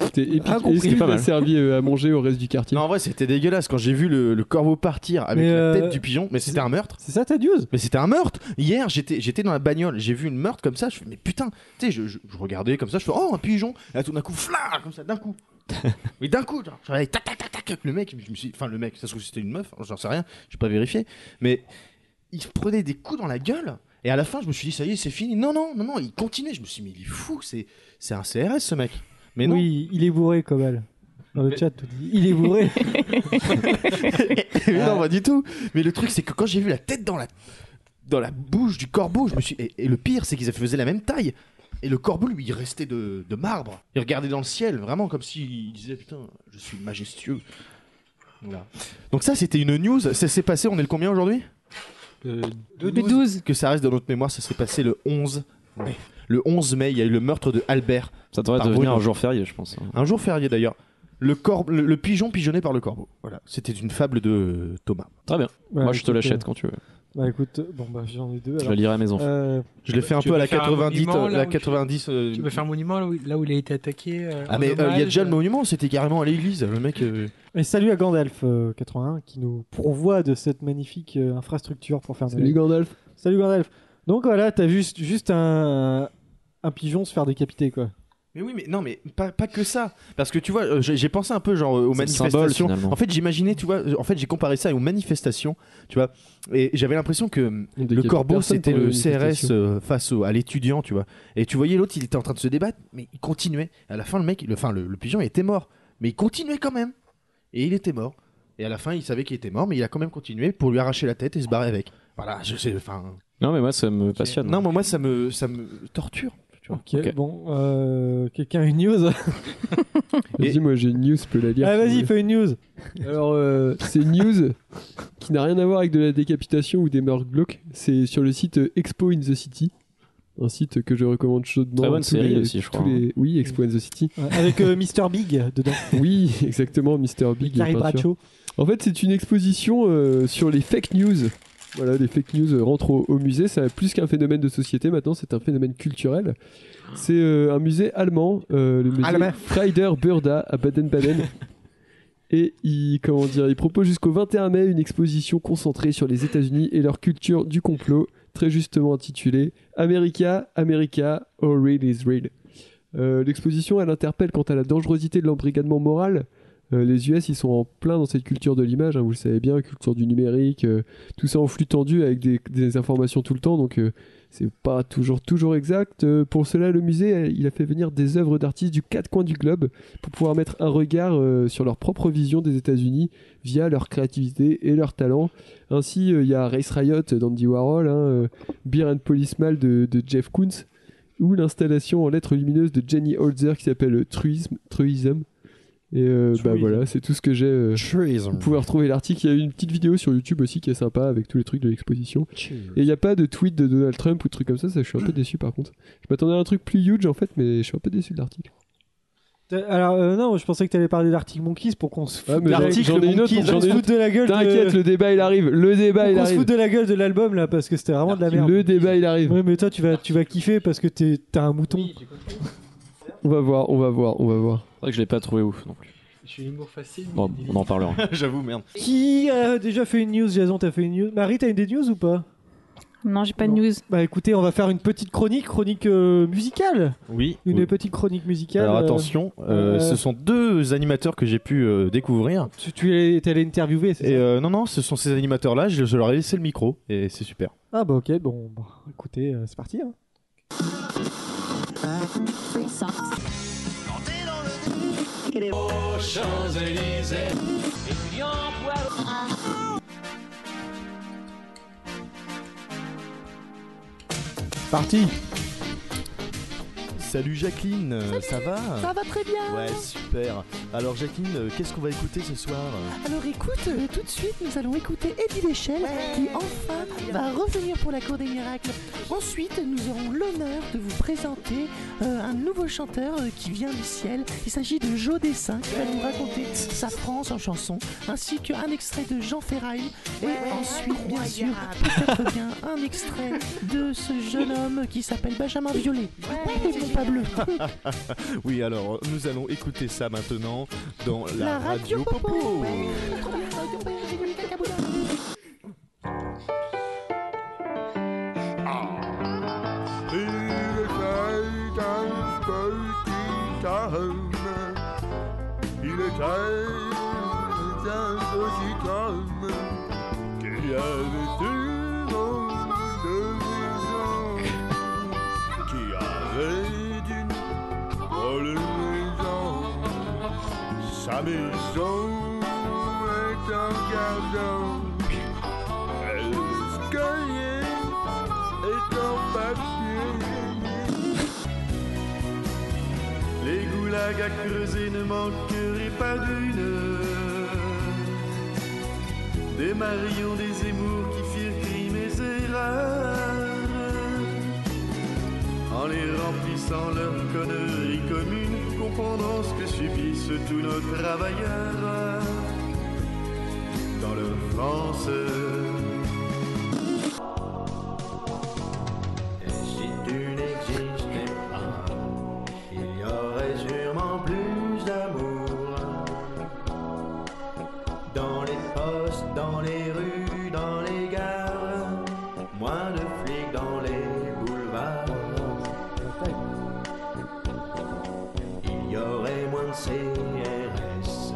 C'était épique.
Incompris.
Est-ce que
C'est pas
t'as
mal.
servi euh, à manger au reste du quartier
Non, en vrai, c'était dégueulasse quand j'ai vu le, le corbeau partir avec
Mais,
la
euh,
tête du pigeon. Mais c'était un meurtre.
C'est ça ta news
Mais c'était un meurtre. Hier, j'étais, j'étais dans la bagnole, j'ai vu une meurtre comme ça. Je fais, mais putain, tu sais, je, je- je regardais comme ça, je fais, oh, un pigeon. Et là, tout d'un coup, flar, comme ça, d'un coup. mais d'un coup, genre, j'avais tac, tac, tac, tac. Le mec, je me suis, enfin, le mec, ça se trouve c'était une meuf, hein, j'en sais rien, j'ai pas vérifié. Mais il se prenait des coups dans la gueule. Et à la fin, je me suis dit, ça y est, c'est fini. Non, non, non, non, il continuait. Je me suis dit, mais il est fou, c'est, c'est un CRS ce mec. Mais non.
Oui, il est bourré, Cobal. Dans le
Mais-
chat, tout dit. Il est bourré.
Mais non, pas du tout. Mais le truc, c'est que quand j'ai vu la tête dans la, dans la bouche du corbeau, je me suis. Et, et le pire, c'est qu'ils faisaient la même taille. Et le corbeau, lui, il restait de, de marbre. Il regardait dans le ciel, vraiment, comme s'il disait Putain, je suis majestueux. Voilà. Donc, ça, c'était une news. Ça s'est passé, on est le combien aujourd'hui
Le,
Le 12.
Que ça reste dans notre mémoire, ça s'est passé le 11. mai. Le 11 mai, il y a eu le meurtre de Albert.
Ça devrait
Par
devenir
Bruno.
un jour férié, je pense. hein.
Un jour férié d'ailleurs. Le, corbe- le, le pigeon pigeonné par le corbeau. Voilà, c'était une fable de euh, Thomas.
Très bien.
Ouais,
Moi, je te
écoute,
l'achète
euh,
quand tu veux.
Bah écoute, bon bah j'en ai deux.
Je
alors.
la lirai à mes enfants.
Euh,
Je l'ai fait un
Tu
peu à
veux
la
faire un
90.
monument,
euh,
là,
la
où tu-
90 euh,
Tu veux faire un monument là où, là où il a été attaqué euh,
Ah
en
mais euh, il y a
hommage,
déjà le
euh,
monument, c'était carrément à l'église, le mec. euh,
Et salut à Gandalf euh, 81 qui nous pourvoit de cette magnifique euh, infrastructure pour faire de la-
Salut Gandalf.
Salut Gandalf. Donc voilà, t'as juste juste un un pigeon se faire décapiter quoi.
Mais oui, mais non, mais pas, pas que ça. Parce que tu vois, euh, j'ai j'ai pensé un peu genre euh, aux
C'est le symbole,
manifestations.
finalement.
en fait, j'imaginais, tu vois, euh, en fait, j'ai comparé ça aux manifestations, tu vois, et j'avais l'impression que hum,
On
le
décapite
corbeau
personne
c'était
pour
le
une manifestation.
CRS euh, face au- à l'étudiant, tu vois. Et tu voyais l'autre, il était en train de se débattre, mais il continuait. À la fin, le mec, le, enfin, le, le pigeon il était mort, mais il continuait quand même. Et il était mort. Et à la fin, il savait qu'il était mort, mais il a quand même continué pour lui arracher la tête et se barrer avec. Voilà, je sais, enfin.
Non, mais moi, ça me
Ah
passionne.
Non, mais moi, ça me, ça me torture.
Ok,
Ok.
bon, euh, quelqu'un a une news
Et-
Vas-y, moi j'ai une news, je peux la lire.
Ah
si
vas-y,
vous
fais une news.
voulez. Alors, euh, c'est une news qui n'a rien à voir avec de la décapitation ou des meurtres glauques. C'est sur le site euh, Expo in the City. Un site que je recommande chaudement.
Très bonne
Tous
série
les-
aussi, je
tous
crois, hein.
les- Oui, Expo in the City.
Ouais, Avec euh, Mr Big dedans.
Oui, exactement, Mr. Big. la
Carrie
peinture.
Bradshaw.
En fait, c'est une exposition euh, sur les fake news. Voilà, les fake news euh, rentrent au, au musée. Ça a plus qu'un phénomène de société maintenant, c'est un phénomène culturel. C'est euh, un musée allemand, euh, le musée
Allemand.
Freider-Burda à Baden-Baden. Et il, comment dire, il propose jusqu'au 21 mai une exposition concentrée sur les États-Unis et leur culture du complot, très justement intitulée America, America, All Real is Real. Euh, L'exposition, elle interpelle quant à la dangerosité de l'embrigadement moral. Euh, les US, ils sont en plein dans cette culture de l'image, hein, vous le savez bien, culture du numérique, euh, tout ça en flux tendu avec des, des informations tout le temps, donc euh, c'est pas toujours toujours exact. Euh, pour cela, le musée, euh, il a fait venir des œuvres d'artistes du quatre coins du globe pour pouvoir mettre un regard euh, sur leur propre vision des États-Unis via leur créativité et leur talent. Ainsi, euh, il y a Race Riot d'Andy Warhol, hein, euh, Beer and Policemal de, de Jeff Koons, ou l'installation en lettres lumineuses de Jenny Holzer qui s'appelle euh, Truism. Truism. Et euh, bah
Truism.
voilà, c'est tout ce que j'ai. euh,
Vous
vous pouvez retrouver l'article. Il y a une petite vidéo sur YouTube aussi qui est sympa avec tous les trucs de l'exposition. Et il n'y a pas de tweet de Donald Trump ou de trucs comme ça. Ça, je suis un peu déçu par contre. Je m'attendais à un truc plus huge en fait, mais je suis un peu déçu de l'article.
T'as- Alors euh, non, je pensais que t'allais parler d'Arctic Monkeys pour qu'on se foute,
Ouais, mais
d'Arctic
j'en- j'en ai une autre,
Monkeys,
j'en ai
qu'on se
une
foute de la gueule de-
T'inquiète, le débat il arrive. Le débat il
qu'on se
arrive.
foute de la gueule de l'album là parce que c'était vraiment de la merde.
Le débat il arrive.
Ouais, mais toi tu vas tu vas kiffer parce que t'es- t'as un mouton.
On va voir, on va voir, on va voir.
C'est vrai que je l'ai pas trouvé ouf non plus.
Je suis l'humour facile. mais
Bon,
il est
on en parlera.
J'avoue, merde.
Qui a déjà fait une news Jason, t'as fait une news Marie, t'as une des news ou pas
Non, j'ai pas de
Non.
news.
Bah écoutez, on va faire une petite chronique, chronique euh, musicale.
Oui.
Une petite chronique musicale.
Alors
euh,
attention, euh,
euh,
ce sont deux animateurs que j'ai pu euh, découvrir.
tu tu es t'es allé interviewer, c'est
Et
ça
euh, non, non, ce sont ces animateurs-là, je, je leur ai laissé le micro et c'est super.
Ah bah ok, bon, bah, écoutez, euh, c'est parti. hein.
Parti Salut Jacqueline, euh, ça va
Ça va très bien.
Ouais, super. Alors Jacqueline, euh, qu'est-ce qu'on va écouter ce soir
Alors écoute, euh, tout de suite, nous allons écouter Eddie Léchelle qui enfin
Ah,
va revenir pour la Cour des Miracles. Ensuite, nous aurons l'honneur de vous présenter euh, un nouveau chanteur euh, qui vient du ciel. Il s'agit de Joe Dessin qui va nous raconter sa France en chanson, ainsi qu'un extrait de Jean Ferraille. Et ensuite, bien sûr, peut-être bien un extrait de ce jeune homme qui s'appelle Benjamin Violet. Ouais, mon pas bleu.
Oui, alors euh, nous allons écouter ça maintenant dans la,
La radio
radio, Popo.
Popo.
Eh
Sa maison est un jardin. L'escalier est en papier. Les goulags à creuser ne manqueraient pas d'une. Des marions, des émours qui firent crier mes erreurs. En les remplissant leurs conneries communes, comprendront ce que subissent tous nos travailleurs dans leur France. Et si tu n'existais pas, il y aurait sûrement plus d'amour dans les postes, dans les rues, dans les gares, moins de flics dans les boulevards. Il y aurait moins de CRS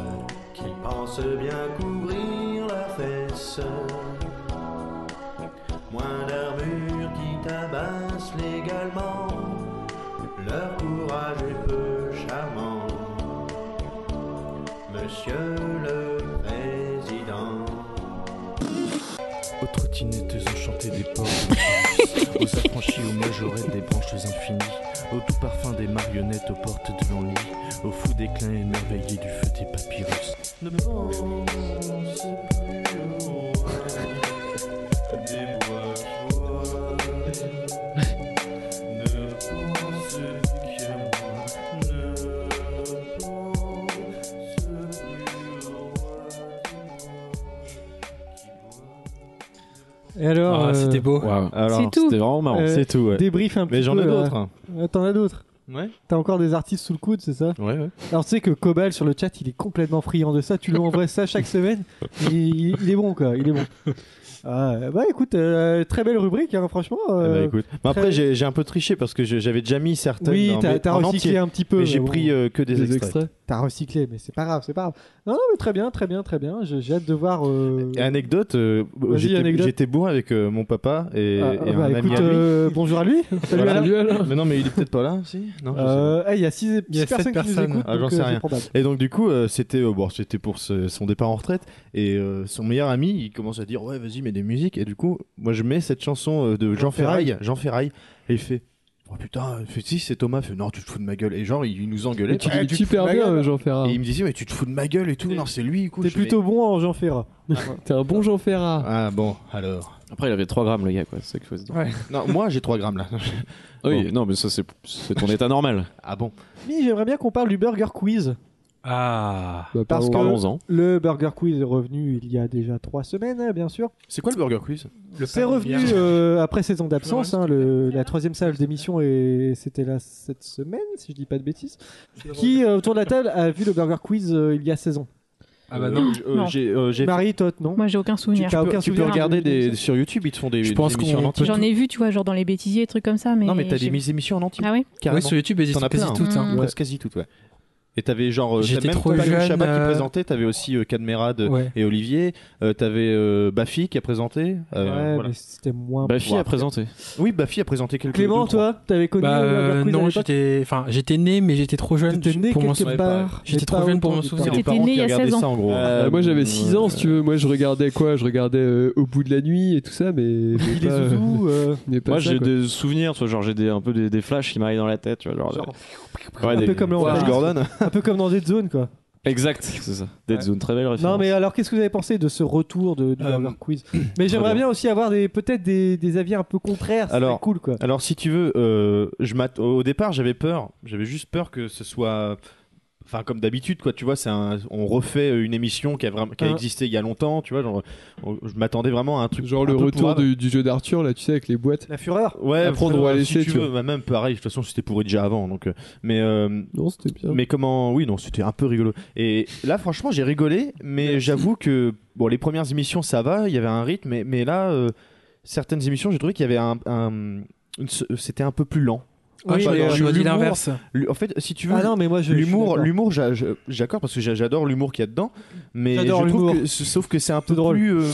qui pensent bien couvrir la fesse, moins d'armures qui tabassent légalement leur courage est peu charmant. Monsieur le Président.
Aux trottinettes enchantées des ports, aux affranchis aux majorettes des branches infinies, au doux parfum des marionnettes aux portes de l'ennui, au fou déclin émerveillé du feu des papyrus.
Ne pense plus au roi des bois joie. Ne pense qu'à moi. Ne pense plus au roi du
Et alors,
Ah,
euh,
c'était beau. Waouh. Alors,
c'est tout.
c'était vraiment marrant. C'est tout, ouais.
Débrief un
Mais
petit
j'en
peu,
ai
là.
d'autres, hein.
Euh, T'en as d'autres.
Ouais.
T'as encore des artistes sous le coude, c'est ça
Ouais, ouais.
Alors tu sais que Cobal sur le chat, il est complètement friand de ça. Tu lui envoies ça chaque semaine. Il, il est bon, quoi. Il est bon. Ah, bah écoute, euh, très belle rubrique, hein, franchement.
Bah,
euh,
écoute. Mais
très-
après, j'ai j'ai un peu triché parce que je- j'avais déjà mis certaines.
Oui,
en-
t'as-
mais-
t'as
en
recyclé
entier.
un petit peu,
Mais j'ai
mais bon.
pris euh, que des,
Des
extraits.
T'as recyclé, mais c'est pas grave, c'est pas grave. Non, non, mais très bien, très bien, très bien. J'ai j'ai hâte de voir. euh,
Et Anecdote, euh,
Vas-y,
j'étais-
anecdote.
j'étais bourré avec euh, mon papa et,
Ah,
et
ah,
un
bah,
ami
écoute,
à lui.
euh, bonjour à lui. Salut
Voilà.
Alain.
Mais non, mais il est peut-être pas là, si Non, je sais
Euh, eh, Il y a 6
Il y a
personnes,
sept
qui nous
personnes.
écoutent.
Ah, j'en
donc,
sais
euh, c'est
rien.
probable.
Et donc du coup, euh, c'était euh, bon, c'était pour ce- son départ en retraite et euh, son meilleur ami, il commence à dire ouais, vas-y, mets des musiques. Et du coup, moi je mets cette chanson euh, de Jean
Ferraille.
Ferraille, Jean Ferraille, et il fait. Oh putain, il fait, si c'est Thomas, il fait, non, tu te fous de ma gueule. Et genre, il il nous engueulait.
Mais tu
Ouais,
l'imites
te fous de
super
ma
bien,
gueule.
euh, Jean Ferrat.
Et il me disait, mais tu te fous de ma gueule et tout. Non, c'est lui.
T'es plutôt bon en Jean Ferrat.
T'es un bon Jean Ferrat.
Ah bon, alors.
Après, il avait 3 grammes, le gars, quoi. C'est ça qu'il faut se dire.
Ouais.
Non, moi j'ai 3 grammes là.
Ah Oui, non, mais ça, c'est c'est ton état normal.
Ah bon
Mais j'aimerais bien qu'on parle du Burger Quiz.
Ah.
Bah,
Parce que
Parlons-en.
le Burger Quiz est revenu il y a déjà trois semaines, hein, bien sûr.
C'est quoi le Burger Quiz
C'est revenu euh, après saison d'absence. hein, le- la troisième sage d'émission, et c'était là cette semaine, si je dis pas de bêtises. Qui, euh, autour de la table, a vu le Burger Quiz euh, il y a 16 ans
Ah bah non. Euh,
Non.
j'ai- euh, j'ai-
Marie, Toth, non
Moi, j'ai aucun souvenir.
Tu, peux-
aucun
tu peux
souvenir,
regarder
hein,
des, sur YouTube, ils te font des,
pense
des
qu'on
émissions en
peut
entier.
J'en ai vu, tu vois, genre dans les bêtisiers, des trucs comme ça. Mais
Non, mais t'as des
j'ai-
mis- émissions en entier.
Ah ouais
Carrément.
Ouais, sur YouTube, elles
T'en as
sont quasi
plein, hein.
toutes, hein.
Mm. Presque quasi toutes, ouais. Et t'avais genre, euh,
J'étais
t'as même
trop
pas que
jeune,
Chabat qui
euh,
présentait, t'avais aussi euh, Cadmerad euh,
Ouais.
et Olivier, euh, t'avais euh, Bafi qui a présenté. euh,
Ouais,
voilà.
mais c'était moins.
Bafi a présenté.
Oui, Bafi a présenté quelques
Clément,
deux, trois.
toi, t'avais connu
Bah,
le Burger
euh,
Quiz à
non,
l'époque
j'étais, enfin, j'étais né, mais j'étais trop jeune
T'étais né
pour m'en
quelque
souvenir.
part, mais
J'étais
pas
trop jeune pour
autant
m'en
que
souvenir.
T'étais né il y a 16 ans.
Euh, moi j'avais 6 ans si tu veux, moi je regardais quoi Je regardais euh, Au bout de la nuit et tout ça, mais. mais
les
pas,
zouzous, euh,
mais pas
Moi,
ça,
j'ai
quoi.
des souvenirs, tu vois, genre, j'ai des- un peu des, des flashs qui m'arrivent dans la tête, tu vois, genre. des- Ouais,
un
des-
peu comme le
Flash
Warriors.
Gordon.
Un peu comme dans Dead Zone, quoi.
Exact, c'est ça. Dead Zone, très belle référence.
Non, mais alors, qu'est-ce que vous avez pensé de ce retour de,
Euh,
du Burger Quiz Mais j'aimerais
bien.
bien aussi avoir des- peut-être des, des avis un peu contraires. c'est
Alors,
cool, quoi.
alors si tu veux, euh, je m'att- au départ j'avais peur, j'avais juste peur que ce soit, enfin comme d'habitude quoi, tu vois, c'est un- on refait une émission qui a vraiment, qui a
Hein.
existé il y a longtemps, tu vois, genre, on- je m'attendais vraiment à un truc.
Genre le retour du, du jeu d'Arthur là, tu sais, avec les boîtes.
La fureur
Ouais,
La
pro
prendre ou à
si
laisser,
tu
tu
veux, bah,
vois.
même pareil. De toute façon, c'était pourri déjà avant, donc. euh, mais
non, c'était bien.
Mais comment Oui, non, c'était un peu rigolo. Et là, franchement, j'ai rigolé, mais j'avoue que bon, les premières émissions, ça va, il y avait un rythme, mais, mais là, euh, certaines émissions, j'ai trouvé qu'il y avait un, un- une s- c'était un peu plus lent.
Oui, bah,
Enfin,
mais
dans
je
le-
me dis
l'humour,
l'inverse.
le- En fait, Ah, bah, si tu veux,
Ah non, mais moi, je- je suis
l'humour,
d'accord.
l'humour, j'a- je- j'accorde parce que j'a- j'adore l'humour qu'il y a dedans, mais je
J'adore l'humour.
trouve que, c- sauf que c'est un peu plus, euh,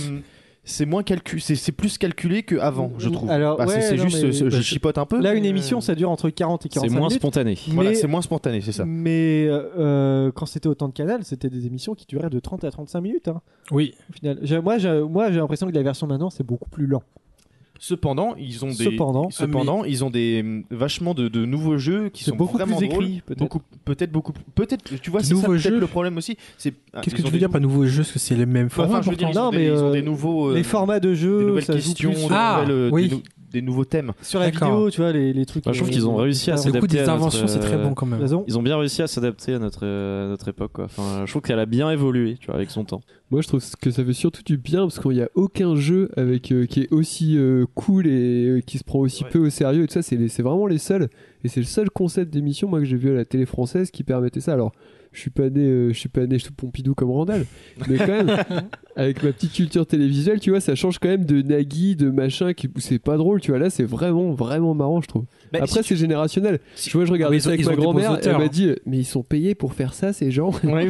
c'est moins calculé, c'est c'est plus calculé que avant, je trouve.
Alors,
Bah, c'est-
ouais,
c'est
non,
juste,
mais-
ce- je
bah,
chipote un peu.
Là, une émission, ça dure entre 40 et 45
euh, moins
minutes.
spontané. Voilà, c'est moins spontané, c'est ça.
Mais euh, quand c'était au temps de Canal, c'était des émissions qui duraient de 30 à 35 minutes. hein,
Oui.
au final. J'ai- Moi, j'ai moi, j'ai l'impression que la version maintenant, c'est beaucoup plus lent.
Cependant, ils ont des
Cependant.
cependant,
Ah,
ils ont des hum, vachement de, de nouveaux jeux qui
C'est
sont
beaucoup
vraiment
plus
drôles,
écrit, peut-être.
beaucoup peut-être beaucoup plus- peut-être tu vois c'est ça
Nouveaux
peut-être
jeux.
le problème aussi, c'est ah,
Qu'est-ce que
ils
tu
ont des
veux dire par nouveau jeu Parce que c'est les mêmes
Enfin,
formats.
je veux dire, ils ont,
pourtant.
des, ils ont des nouveaux. euh,
les formats de jeux,
Des nouvelles
ça joue
questions,
plus
des,
sur- Ah,
nouvelles, euh,
oui.
des, nou- des nouveaux thèmes.
Sur la vidéo, tu vois, les, les trucs.
Bah, je trouve
euh,
qu'ils ont réussi à
pas-
s'adapter. à notre, euh,
Raison.
Ils ont bien réussi à s'adapter à notre, euh, à notre époque. Quoi. Enfin, je trouve qu'elle a bien évolué tu vois, avec son temps.
Moi, je trouve que ça fait surtout du bien parce qu'il n'y a aucun jeu avec euh, qui est aussi euh, cool et euh, qui se prend aussi peu au sérieux. Et tout ça, c'est les- c'est vraiment les seuls. Et c'est le seul concept d'émission, moi, que j'ai vu à la télé française qui permettait ça. Alors, je suis pas né, euh, je suis pas né, je suis Pompidou comme Randall, mais quand même, avec ma petite culture télévisuelle, tu vois, ça change quand même de Nagui, de machin, qui où c'est pas drôle, tu vois. Là, c'est vraiment, vraiment marrant, je trouve.
Bah,
Après, c'est générationnel. Tu vois, je
Ah,
regardais
mais ils
ça
ont-
avec
ils
ma
ont des bons
grand-mère, elle
auteurs,
m'a
hein.
dit, mais ils sont payés pour faire ça, ces gens. mais,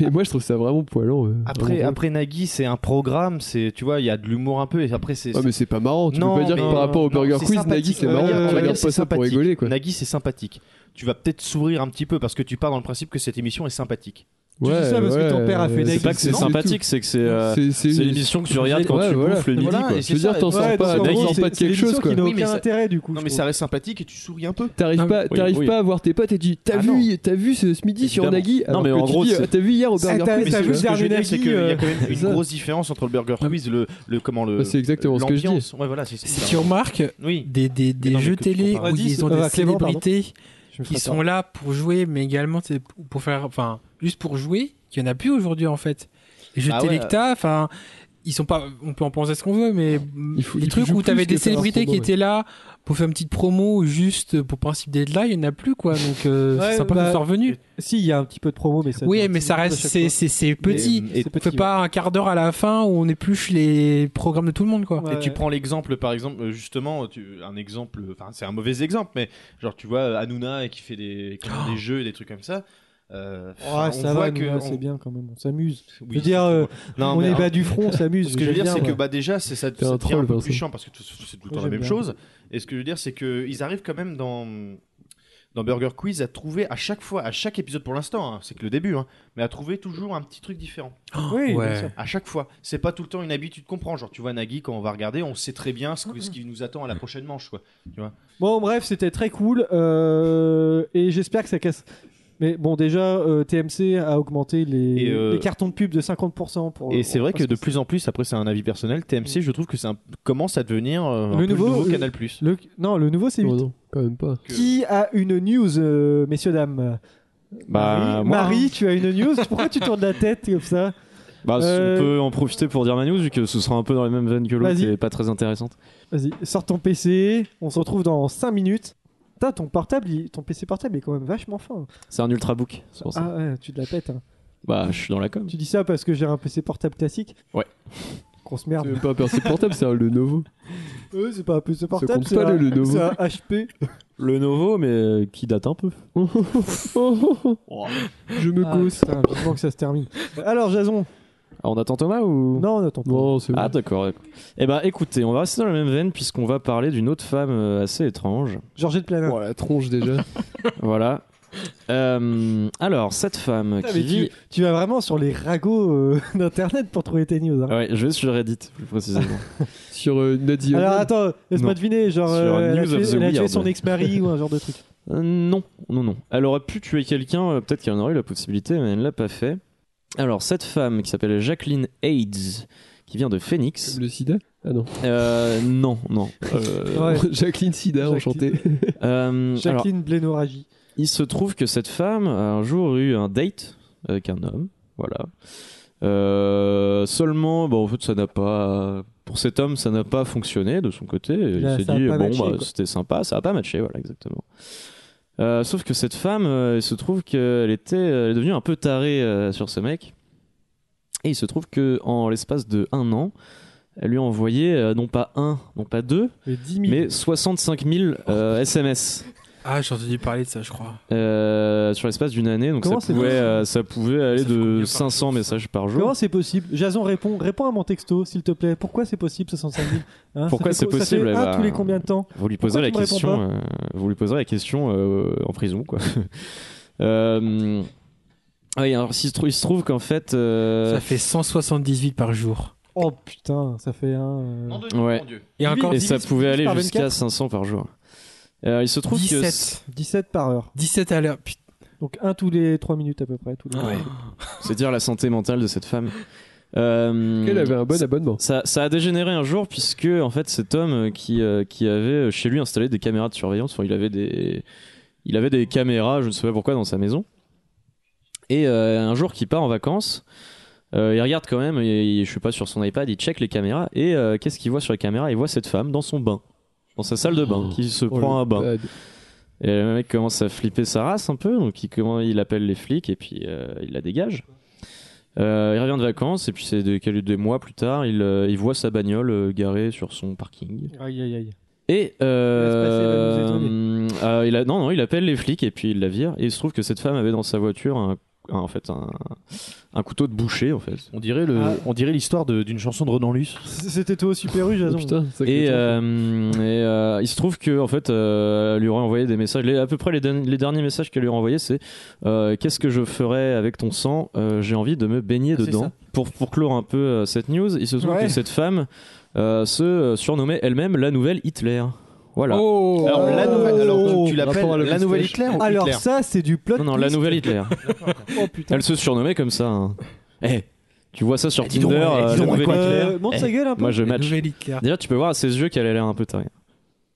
mais moi, je trouve ça vraiment poilant. euh,
Après,
vraiment.
après Nagui, c'est un programme, c'est tu vois, il y a de l'humour un peu et après c'est.
Ah, mais c'est pas marrant, tu peux
Non,
pas dire que
mais-
par rapport au
non,
Burger
c'est
Quiz,
sympathique.
Nagui, c'est
Euh, on
marrant,
va
tu
dire
regardes
que
pas
c'est
ça pour
sympathique.
rigoler, quoi.
Nagui, c'est sympathique. Tu vas peut-être sourire un petit peu parce que tu pars dans le principe que cette émission est sympathique.
Tu Ouais, dis ça parce que ouais, ton père a fait Nagui,
C'est pas que c'est
c'est tout.
sympathique, c'est que c'est euh,
C'est- c'est-
c'est l'émission que tu regardes quand
Ouais,
tu
voilà.
bouffes le midi.
Voilà,
quoi.
et Je veux c'est dire, ça, t'en sors ouais, pas- donc, en t'en gros, sors c'est- pas de c'est quelque l'émission chose, qui quoi. n'a
Oui, mais
aucun
ça-
intérêt, du coup,
Non,
je
mais
trouve.
ça reste sympathique et tu souris un peu.
T'arrives pas,
Oui,
t'arrives
oui.
pas à voir tes potes et tu dis t'as
Ah non.
vu, t'as vu ce, ce midi sur
Évidemment.
Nagui.
Non, mais en
alors que tu
gros,
dis,
c'est-
t'as vu hier au
Ah,
Burger
t'as-
Quiz.
t'as
tu
vu
vois.
ce que je veux dire, c'est qu'il y
euh,
a quand même une
Ça.
grosse différence entre le Burger Quiz, le, le comment le.
Bah, c'est exactement ce que je dis.
l'ambiance. Ouais, voilà, c'est- c'est
Si
ça.
tu remarques,
Oui.
des, des, des
Mais non, mais
jeux
que tu
télé
compares.
où
Vas-y,
ils ont
euh,
des
Clément, pardon.
célébrités
Je me
qui
ferai
sont
pardre.
là pour jouer, mais également c'est pour faire, enfin, juste pour jouer, qu'il n'y en a plus aujourd'hui en fait. Les jeux
Ah ouais,
télé que t'as, enfin, ils sont pas, on peut en penser ce qu'on veut, mais
faut-
les
il
trucs
joue
où t'avais
plus
des
que ça, en
célébrités
ce
qui
moment,
étaient là pour faire une petite promo ou juste pour principe d'être là, il n'y en a plus quoi. Donc euh,
Ouais,
c'est sympa
bah,
qu'ils soient revenus.
Si, il y a un petit peu de promo, mais ça.
Oui, mais ça reste,
chaque
c'est
fois.
c'est- c'est petit.
Mais, euh, c'est
on fait
petit,
pas un quart d'heure à la fin où on épluche les programmes de tout le monde quoi.
Et tu prends l'exemple, par exemple, euh, justement, tu- un exemple, enfin, c'est un mauvais exemple, mais genre, tu vois Hanouna qui fait des, qui fait des jeux et des trucs comme ça. euh,
Oh,
enfin,
ça va, nous, ouais, c'est bien quand même, on s'amuse.
Oui,
je veux dire, euh,
Non,
on
mais,
est
hein,
bas du front, on s'amuse.
Ce que je veux
j'aime
dire, c'est
bien,
que
ouais.
bah, déjà, c'est ça,
T'es un
ça devient
troll,
un peu
Vincent.
plus chiant parce que tout- c'est tout le temps
Moi,
la
j'aime
même
bien.
chose. Et ce que je veux dire, c'est qu'ils arrivent quand même dans, dans Burger Quiz à trouver à chaque fois, à chaque épisode pour l'instant, hein, c'est que le début, hein, mais à trouver toujours un petit truc différent.
Oui, bien ouais. sûr.
À chaque fois. C'est pas tout le temps une habitude qu'on prend. Genre, tu vois, Nagui, quand on va regarder, on sait très bien ce, que- ce qui nous attend à la prochaine manche, quoi. Tu vois.
Bon, bref, c'était très cool. euh, et j'espère que ça casse. Mais bon, déjà, euh, TMC a augmenté les,
Et, euh,
les cartons de pub de 50% pour.
Et c'est vrai que
parce
de plus en plus, après c'est un avis personnel, TMC, je trouve que ça commence à devenir euh, un
Le
peu
nouveau,
nouveau
le-
Canal Plus.
le- Non, le nouveau, c'est 8.
quand même pas.
Qui a une news, euh, messieurs, dames
Bah, moi,
Marie, tu as une news Pourquoi tu tournes la tête comme ça
Bah,
Euh,
On peut en profiter pour dire ma news, vu que ce sera un peu dans les mêmes veines que l'autre
Vas-y.
et pas très intéressante.
Vas-y, sors ton PC, on se retrouve dans 5 minutes. Putain, ton portable, il- ton PC portable est quand même vachement fin.
C'est un ultrabook, c'est pour ça.
Ah ouais, tu te la pètes. hein.
Bah, je suis dans la com.
Tu dis ça parce que j'ai un PC portable classique
Ouais.
Grosse merde.
C'est même pas un PC portable, c'est un Lenovo.
Euh, c'est pas un PC portable,
compte
c'est
pas,
un,
le Lenovo.
c'est un HP.
Le Novo, mais euh, qui date un peu.
Je me
Ah,
gausse.
putain, vivement que ça se termine. Alors, Jason,
Ah, on attend Thomas ou
Non, on attend
pas. Ah, d'accord. d'accord. Eh ben, écoutez, on va rester dans la même veine puisqu'on va parler d'une autre femme euh, assez étrange.
Georgette Planin.
la tronche déjà.
voilà. Euh, alors, cette femme
Putain,
qui
mais
vit.
tu, tu vas vraiment sur les ragots euh, d'internet pour trouver tes news. hein.
Ouais, je vais sur Reddit, plus précisément.
sur euh, Nadia.
Alors, attends, laisse-moi
Non.
deviner, genre,
Sur
euh, elle a
News of
tué-
the
elle a tué
Weird.
son ex-mari ou un genre de truc.
Euh, non, non, non. Elle aurait pu tuer quelqu'un, euh, peut-être qu'elle en aurait eu la possibilité, mais elle ne l'a pas fait. Alors, cette femme qui s'appelle Jacqueline Aids, qui vient de Phoenix.
Le sida Ah non.
Euh, non, non. Euh,
Ouais. Jacqueline Sida, enchanté.
euh, alors,
Jacqueline Blénoragi.
il se trouve que cette femme a un jour eu un date avec un homme, voilà. Euh, seulement, bon, en fait, ça n'a pas. Pour cet homme, ça n'a pas fonctionné de son côté. Il
Là,
s'est
ça a
dit,
pas
bon,
matché,
bah,
quoi.
c'était sympa, ça n'a pas matché, voilà, exactement. Euh, sauf que cette femme, euh, il se trouve qu'elle était, euh, elle est devenue un peu tarée euh, sur ce mec. Et il se trouve que en l'espace de un an, elle lui a envoyé euh, non pas un, non pas deux,
mais,
65 000 euh, SMS.
Ah, j'ai entendu parler de ça, je crois.
Euh, sur l'espace d'une année. Donc
Comment
ça
c'est
pouvait,
possible
euh, ça pouvait aller de 500 messages par jour.
Comment c'est possible Jason répond, réponds à mon texto, s'il te plaît. Pourquoi c'est possible 65 000 Hein, ça
Pourquoi
fait
c'est
co- ça
possible
fait
Eh
un
ben,
tous les combien de temps
Vous lui poserez la
Pourquoi tu me
question.
réponds
euh, vous lui poserez la question euh, en prison, quoi. Euh, oui, alors s'il se trouve, il se trouve qu'en fait, euh,
Ça fait 178 par jour.
Oh putain, ça fait un. euh,
Ouais.
Et encore
et
10,
ça pouvait aller
par
jusqu'à
24.
500 par jour. Euh, il se trouve que
17. 17 par heure.
17 à l'heure. Putain.
Donc un tous les 3 minutes à peu près. Tous les
Ouais. C'est dire la santé mentale de cette femme. Euh,
Elle avait un bon
ça-
abonnement.
Ça, ça a dégénéré un jour puisque en fait cet homme euh, qui, euh, qui avait euh, chez lui installé des caméras de surveillance, enfin, il avait des il avait des caméras, je ne sais pas pourquoi dans sa maison. Et euh, un jour qu'il part en vacances, euh, il regarde quand même, et, je suis pas sur son iPad, il check les caméras et euh, qu'est-ce qu'il voit sur les caméras Il voit cette femme dans son bain, dans sa salle de bain, qui se prend
Oh le
un bain.
bad.
Et le mec commence à flipper sa race un peu, donc il, comment, il appelle les flics et puis euh, il la dégage. Euh, il revient de vacances et puis c'est des, quelques- des mois plus tard, il, euh, il voit sa bagnole euh, garée sur son parking.
Aïe aïe aïe.
Et euh,
Laisse passer, va
euh, il a- non, non, il appelle les flics et puis il la vire. Et il se trouve que cette femme avait dans sa voiture un, un- en fait un, un couteau de boucher en fait.
On dirait le,
Ah.
on dirait l'histoire de- d'une chanson de Renan Luce.
C'était toi au Super U,
Oh,
Jason.
Et, euh, et, euh, il se trouve que en fait, euh, elle lui aurait envoyé des messages. Les- à peu près les, derni- les derniers messages qu'elle lui aurait envoyés, c'est euh, qu'est-ce que je ferais avec ton sang Euh, J'ai envie de me baigner
Ah, c'est
dedans.
ça.
Pour pour clore un peu euh, cette news, il se trouve
Ouais.
que cette femme euh, se euh, surnommait elle-même la nouvelle Hitler. Voilà.
Oh
Alors, la nouvelle, alors, tu, tu l'appelles
Rapport à la
la nouvelle
moustache.
Oh, Hitler ou
Alors
Hitler
ça, c'est du plot.
non, non, la
twist. Oh,
nouvelle Hitler. Elle se surnommait comme ça. hein. Eh, tu vois ça sur
Eh, dis donc,
Tinder
eh,
euh,
dis
la
donc,
nouvelle
quoi,
Hitler.
Euh, monte sa
Eh,
gueule un peu.
Moi je
La
match.
nouvelle Hitler.
Déjà, tu peux voir à ses yeux qu'elle a l'air un peu tarée.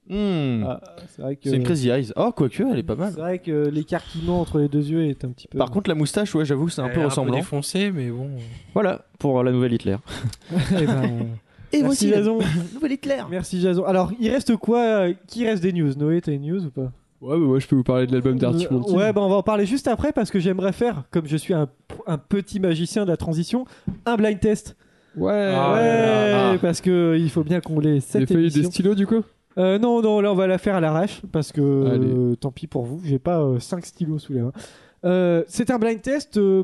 Hmm.
Ah, c'est vrai que.
C'est une Crazy Eyes. Oh, quoique, elle est pas
C'est
mal.
vrai que l'écartement entre les deux yeux est un petit peu.
Par contre, la moustache, ouais, j'avoue, c'est un
Eh,
Elle
peu
est
ressemblant.
défoncée, mais bon.
Voilà pour la nouvelle Hitler.
Eh ben,
Et
merci Jason.
nouvelle Hitler.
Merci Jason. Alors, il reste quoi Qui reste des news Noé, t'as une news ou pas
Ouais, bah, moi je peux vous parler de l'album d'Artie
Euh,
Monty.
Ouais, bah on va en parler juste après parce que j'aimerais faire, comme je suis un, un petit magicien de la transition, un blind test.
Ouais.
Ah,
ouais,
là, là.
parce que il faut bien qu'on l'ait
Les
cette
feuilles des
émission.
stylos du coup
Euh, non, non, là on va la faire à l'arrache parce que
Allez.
euh, tant pis pour vous, j'ai pas 5 stylos sous les mains. Euh, c'est un blind test, euh,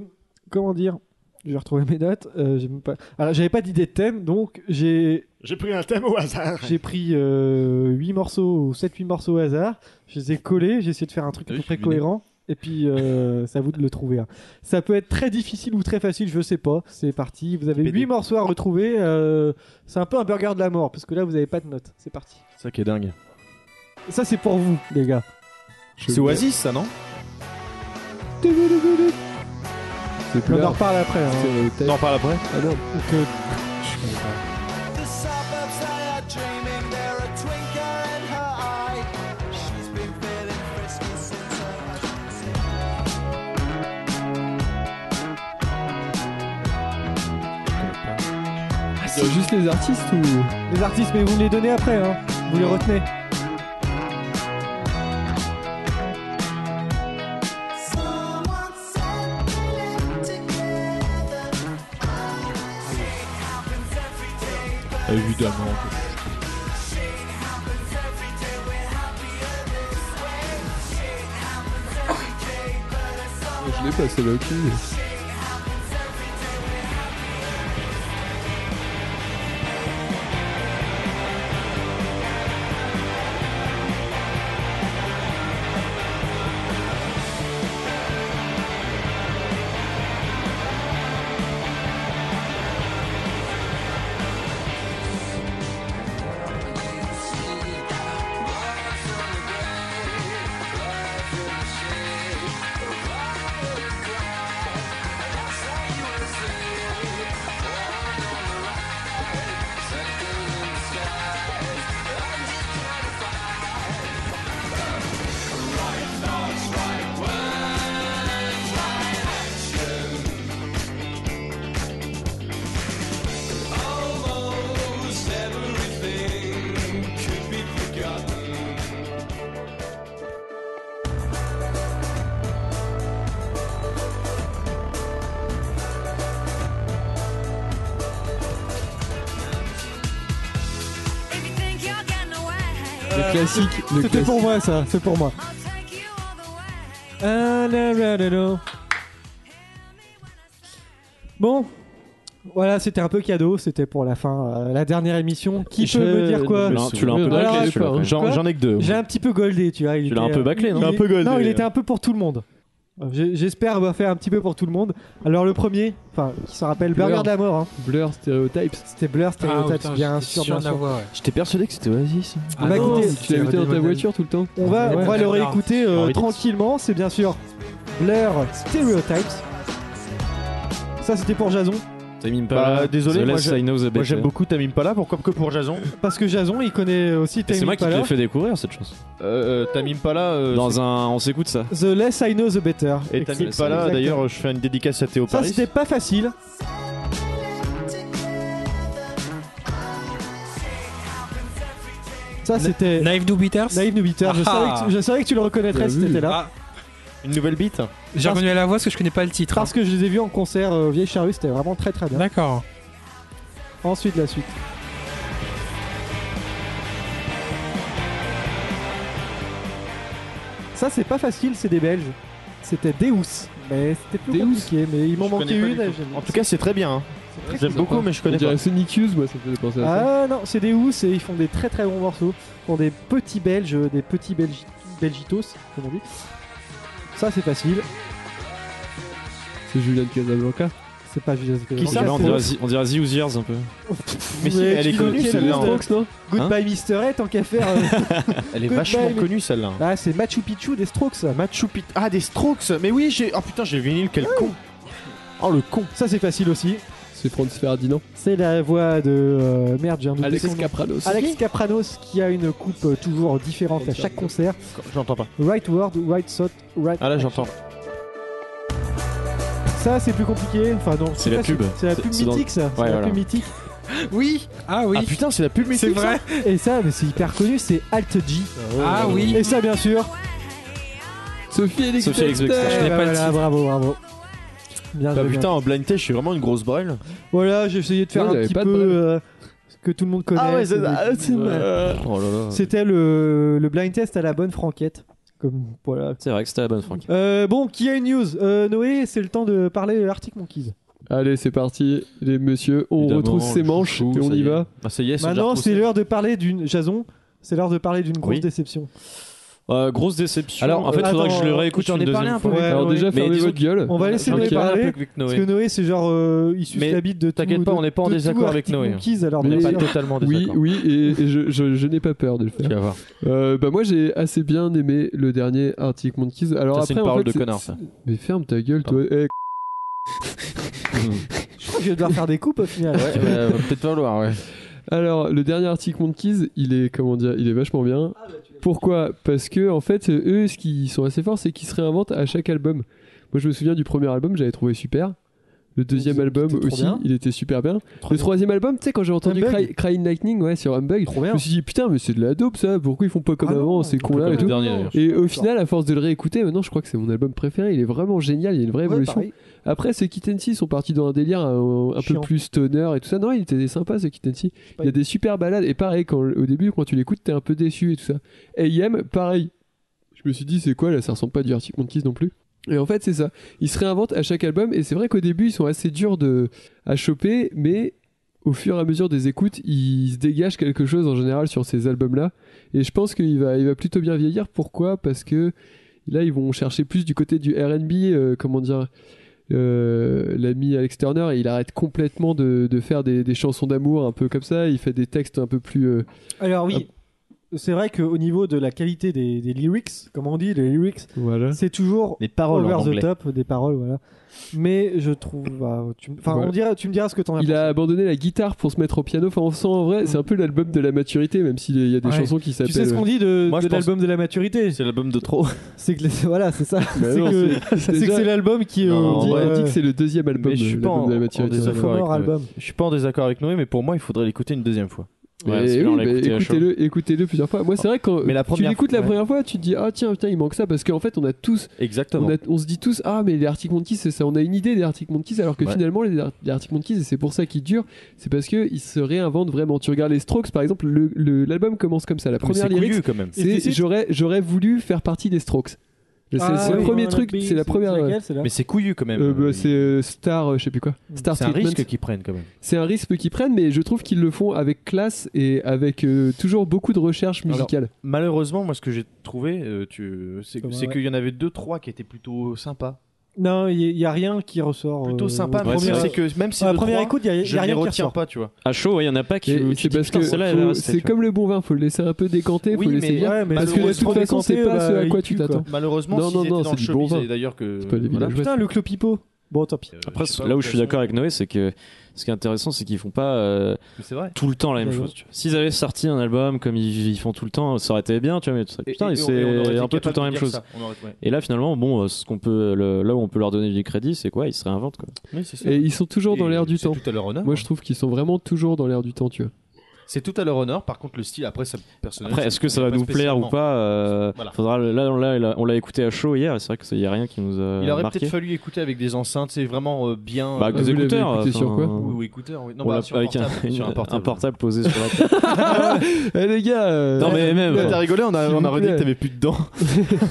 comment dire Je vais retrouver mes notes. euh, j'ai même pas... Alors j'avais pas d'idée de thème donc j'ai
J'ai pris un thème au hasard.
J'ai pris 8 morceaux, 7-8 morceaux au hasard. Je les ai collés, j'ai essayé de faire un truc à
Ah
peu
Oui, je
près
suis venu.
cohérent. Et puis, euh, c'est à vous de le trouver. hein. Ça peut être très difficile ou très facile, je sais pas. C'est parti. Vous avez
Pédé.
8 morceaux à retrouver. euh, c'est un peu un burger de la mort, parce que là, vous avez pas de notes. C'est parti.
Ça qui est dingue.
Ça, c'est pour vous, les gars.
C'est Oasis, ça, non
C'est plus
On en
là.
reparle après. hein.
C'est le thème.
Non, parle après.
Ah non.
Donc, euh,
Il y a juste les artistes ou.
les artistes, mais vous me les donnez après. hein. Vous les retenez.
Évidemment.
Je l'ai pas, c'est Loki.
Euh,
Le classique. Le
C'était
classique.
pour moi, ça. C'est pour moi. Ah, la, la, la, la. Bon, voilà, c'était un peu cadeau, c'était pour la fin, euh, la dernière émission. Qui
Je-
peut me dire quoi
Non, tu l'as un peu
Alors,
bâclé,
je
celui-là,
sais pas,
quand
hein.
même.
J'en
Quoi
j'en ai que deux.
J'ai un petit peu goldé, tu vois. il
Tu l'as
était,
un peu
euh,
bâclé, non
il
Un
est-
peu goldé,
Non, il
ouais.
était un peu pour tout le monde. Euh, J'ai- J'espère avoir fait un petit peu pour tout le monde. Alors le premier, enfin, qui se rappelle
Blur.
Burger de la mort. hein.
Blur, Stereotypes.
C'était Blur,
Ah,
Stereotypes,
putain,
bien
j'étais
sûr,
sûr
bien
de
sûr.
l'avoir, ouais.
J'étais persuadé que c'était Oasis.
On va écouter-
tu l'as mettais dans ta voiture tout le temps
On va, on va le réécouter euh,
Alors, il est-
tranquillement, c'est bien sûr Blur Stereotypes. Ça c'était pour Jason.
Tame Impala,
Bah, désolé,
The
moi,
Less
j'ai-
I Know, The
moi, j'aime
Better.
beaucoup Tame Impala, pourquoi que pour Jason
Parce que Jason il connaît aussi
Et
Tame
c'est moi qui te
Impala.
l'ai fait découvrir cette chanson.
Euh, euh, Tame Impala. euh,
Dans un. On s'écoute ça.
The less I know the better.
Et Tame
Exactement.
Impala, d'ailleurs, je fais une dédicace à Théo
Ça
Paris.
c'était pas facile. Ça c'était.
Knife Do Beaters
Naïve Nubiter, je,
Ah.
savais que tu- je savais que tu le reconnaîtrais
T'as
si
vu
t'étais là.
Une nouvelle beat
J'ai reconnu à la voix parce que je connais pas le titre.
Parce que je les ai vus en concert euh, au Vieille Charrue, c'était vraiment très très bien.
D'accord.
Ensuite la suite. Ça c'est pas facile, c'est des Belges. C'était Deus, mais c'était plus
Deus
compliqué, mais il m'en
Je connais
manquait
pas
une.
du tout.
j'ai-
En tout cas, c'est très bien. hein.
très
J'aime
cool.
beaucoup, mais je connais
On dirait
pas.
Sonic Youth, moi, ça me faisait penser à ça.
Ah non, c'est des Housses et ils font des très très bons morceaux. Ils font des petits Belges, euh, des petits Belgi- Belgitos, comme on dit. Ça c'est facile,
C'est Julien de Casablanca.
c'est pas Julien
On dirait- on dirait The- on dirait The Usiers un peu.
Mais si, elle est connue celle-là. hein.
Fox, non
Goodbye Mister Ed, tant qu'à faire. euh,
Elle est
Goodbye,
vachement
mais-
connue celle-là.
ah, c'est Machu Picchu des Strokes. ça.
Machu Picchu. Ah, des Strokes Mais oui, j'ai. Oh putain, j'ai le vinyle, quel con Oh le con
Ça, c'est facile aussi.
C'est Franz Ferdinand.
C'est la voix de. euh, merde, j'ai un doute.
Alex
Alex
Capranos.
Capranos qui a une coupe euh, toujours différente à chaque concert.
J'entends pas.
Right word, right thought, right.
Ah là, j'entends.
Ça, c'est plus compliqué. Enfin, non,
C'est la
facile.
pub.
C'est la pub
C'est dans-
mythique, ça. C'est
Ouais,
la
voilà.
pub mythique.
Oui Ah oui
Ah putain, c'est la pub
C'est
mythique
vrai
Et ça, mais c'est hyper connu, c'est Alt G.
Ah oui
Et ça, bien sûr.
Sophie Alex
Sophie Alex
Dexter.
Dexter.
Je n'ai
Eh ben
pas le
voilà,
titre.
bravo, bravo. Bien
Bah
joué, bien.
putain, en blind test, je suis vraiment une grosse brêle.
Voilà, j'ai essayé de faire
Non,
un
j'avais
petit
pas
peu
de problème.
euh, ce que tout le monde connaît. Ah C'est-
Oh là là.
C'était le, le blind test à la bonne franquette. Comme voilà.
C'est vrai que c'était la bonne Franck.
Euh, bon, qui a une news Euh, Noé, c'est le temps de parler Arctic Monkeys.
Allez, c'est parti, les messieurs. On
Évidemment,
retrousse ses
le
manches
chouchou,
et on
ça
y
est.
va.
Ah, ça y est,
Maintenant,
déjà
c'est l'heure de parler d'une Jason. C'est l'heure de parler d'une grosse
Oui.
déception.
Euh, grosse déception.
Alors,
Alors, en fait, il faudrait que
attends,
je le réécoute
j'en ai
une
parlé
deuxième
un peu.
fois.
Ouais,
Alors,
ouais.
déjà,
Mais
fermez
disons
votre
que-
gueule.
On va laisser
Ok.
Noé parler.
avec
Parce que Noé, c'est genre, euh, il suce
Mais
la bite de tout.
t'inquiète pas,
de-
on n'est pas en
de tout
désaccord avec
Arctic
Noé.
Monkeys, alors
hein. Mais-
bien
Pas
sûr.
totalement
Oui,
désaccord.
oui, et, et je, je- je n'ai pas peur de le
Tu
faire.
vas voir.
Euh, bah moi j'ai assez bien aimé le dernier Arctic Monkeys. Alors
Ça,
après
c'est une
en
parole
fait,
de
c'est-
connard,
c'est-
ça.
Mais ferme ta gueule toi. Eh,
Je crois que je vais devoir faire des coupes au final.
Ouais, bah, va peut-être falloir, ouais.
Eh, Alors, le dernier Arctic Monkeys, il est comment dire, il est vachement bien.
Ah, bah,
Pourquoi Parce que en fait, euh, eux, ce qu'ils sont assez forts, c'est qu'ils se réinventent à chaque album. Moi, je me souviens du premier album, j'avais trouvé super. Le deuxième album
c'était trop
aussi,
bien.
il était super bien.
Trop bien.
Le troisième album, tu sais, quand j'ai entendu
Humbug.
Cry, Crying Lightning, ouais, sur Humbug,
Trop bien.
je me suis dit putain, mais c'est de la dope ça. Pourquoi ils font pas comme
Ah non,
avant C'est con là et
Comme le
tout.
dernier d'ailleurs.
Et au final, à force de le réécouter, maintenant, je crois que c'est mon album préféré. Il est vraiment génial. Il y a une vraie
Ouais,
évolution.
pareil.
Après, ce Kittency sont partis dans un délire euh, un, peu
Chiant.
plus stoner et tout ça. Non, il était sympa ce Kittency.
pas
Il y a des super balades. Et pareil, quand, au début, quand tu l'écoutes, t'es un peu déçu et tout ça. AM, pareil. Je me suis dit, c'est quoi là Ça ressemble pas à du Arctic Monkeys non plus. Et en fait, c'est ça. Ils se réinventent à chaque album. Et c'est vrai qu'au début, ils sont assez durs de, à choper. Mais au fur et à mesure des écoutes, ils se dégagent quelque chose en général sur ces albums-là. Et je pense qu'il va, il va plutôt bien vieillir. Pourquoi Parce que là, ils vont chercher plus du côté du RB, euh, comment dire. euh, l'ami Alex Turner il arrête complètement de, de faire des, des chansons d'amour un peu comme ça il fait des textes un peu plus euh,
Alors oui, Euh, c'est vrai qu'au niveau de la qualité des, des lyrics, comme on dit, les lyrics,
voilà
c'est toujours
Les paroles
over
en
the
anglais.
top des paroles, voilà. Mais je trouve, bah, tu, enfin,
Voilà.
on dira, tu me diras ce que t'en as.
il
pensé.
a abandonné la guitare pour se mettre au piano enfin on sent en vrai c'est un peu l'album de la maturité même s'il y a des
Ouais.
chansons
Tu
qui
sais
s'appellent
ce qu'on dit
euh,
de,
Moi,
de
je pense-
l'album de la maturité
C'est l'album de trop.
C'est que les- voilà, c'est ça.
Bah
c'est
non,
que
c'est-
c'est que
déjà-
c'est l'album qui.
Non,
euh,
on dit,
ouais.
on dit
euh,
que c'est le deuxième album
Mais je suis
euh,
pas
l'album
en-
de la
en
maturité
désaccord.
sophomore
avec Noé.
album.
Je suis pas en désaccord avec Noé, mais pour moi, il faudrait l'écouter une deuxième fois.
Ouais,
Mais
celui-là, on
oui,
l'a
bah,
écouté à chaud.
écoutez-le écoutez-le plusieurs fois. Moi, c'est vrai que quand
Mais la
tu
première
l'écoutes
fois,
la première fois, tu te dis Ah, tiens, putain, il manque ça. Parce qu'en fait, on a tous.
Exactement.
On, a- on se dit tous Ah, mais les Arctic Monkeys, c'est ça. On a une idée des Arctic Monkeys. Alors que
Ouais.
finalement, les, Ar- les Arctic Monkeys, et c'est pour ça qu'ils durent, c'est parce qu'ils se réinventent vraiment. Tu regardes les Strokes, par exemple, le- le- l'album commence comme ça. La
Mais
première
c'est
lyric,
couillu, quand même.
Et tu
c'est
sais-
J'aurais j'aurais voulu faire partie des Strokes. C'est
Ah
c'est le
oui.
premier
Wanna
truc,
be,
c'est la
c'est
première. euh,
laquelle, celle-là
Mais c'est couillu quand même. c'est euh, Star, euh, je sais plus quoi. Star
C'est un
Treatment.
risque qu'ils prennent quand même.
C'est un risque qu'ils prennent, mais je trouve qu'ils le font avec classe et avec euh, toujours beaucoup de recherche
Alors,
musicale.
malheureusement, moi, ce que j'ai trouvé, euh, tu... c'est
Comment,
c'est
ouais.
qu'il y en avait deux, trois qui étaient plutôt sympas.
Non, il n'y a rien qui ressort.
Plutôt
euh,
sympas.
au
mais
premier-
c'est que même si
à la
deux,
première
trois,
écoute, il n'y a,
je
y a
ne les
rien qui
retiens
ressort.
pas, tu vois.
À chaud, ouais, il y en a pas qui.
Et
tu
c'est
dis,
parce
putain,
que
celle-là, elle
faut-
va rester,
c'est
tu vois.
comme le bon vin, faut le laisser un peu décanter, faut
Oui,
le laisser
mais-
dire.
ouais, mais
parce que de
malheureusement,
toute façon, c'est pas
bah,
ce à
il
quoi tu
pue, quoi. Ah,
t'attends.
Malheureusement,
non,
s'ils
non,
étaient
non,
dans
c'est
le
du bon
showbiz,
vin.
et d'ailleurs que.
C'est pas des
voilà. Euh,
villageois.
Putain, le clopipo. Bon, tant pis.
Après, là où je suis d'accord avec Noé, c'est que ce qui est intéressant, c'est qu'ils font pas euh,
C'est vrai.
tout le temps la même
Ouais,
chose.
ouais.
tu vois. S'ils avaient sorti un album comme ils, ils font tout le temps, ça aurait été bien, tu vois, mais tu serais,
Et-
putain,
et-
et
et on- et on aurait
c'est
été
un peu tout le
capable
temps la
de
même
dire
chose.
ça, on aurait- ouais.
Et là, finalement, bon, euh, ce qu'on peut, le- là où on peut leur donner du crédit, c'est quoi Ils se réinventent, quoi.
Oui, c'est ça.
Et ils sont toujours dans
Et
l'air du
c'est
temps.
tout à leur honneur,
Moi,
hein.
je trouve qu'ils sont vraiment toujours dans l'air du temps, tu vois.
C'est tout à leur honneur. Par contre, le style, après, ça, personnellement.
Après, est-ce que ça va
pas
nous plaire ou
spécialement.
pas euh,
Voilà.
faudra, là, on l'a- on l'a écouté à chaud hier, et c'est vrai qu'il n'y a rien qui nous a
Il aurait
marqué.
peut-être fallu écouter avec des enceintes, c'est vraiment euh, bien.
Bah, avec des
vous l'avez
écouteurs.
écouté
enfin,
sur quoi
euh,
Ou, ou écouteurs, oui. Non,
on
bah,
l'a-
sur,
avec un,
portable, sur un
une-
portable.
posé sur la table.
Eh les gars euh,
non, mais même.
Ouais, T'as rigolé, on a,
S'il
on a
vous
redit que
plaît.
t'avais plus de dents.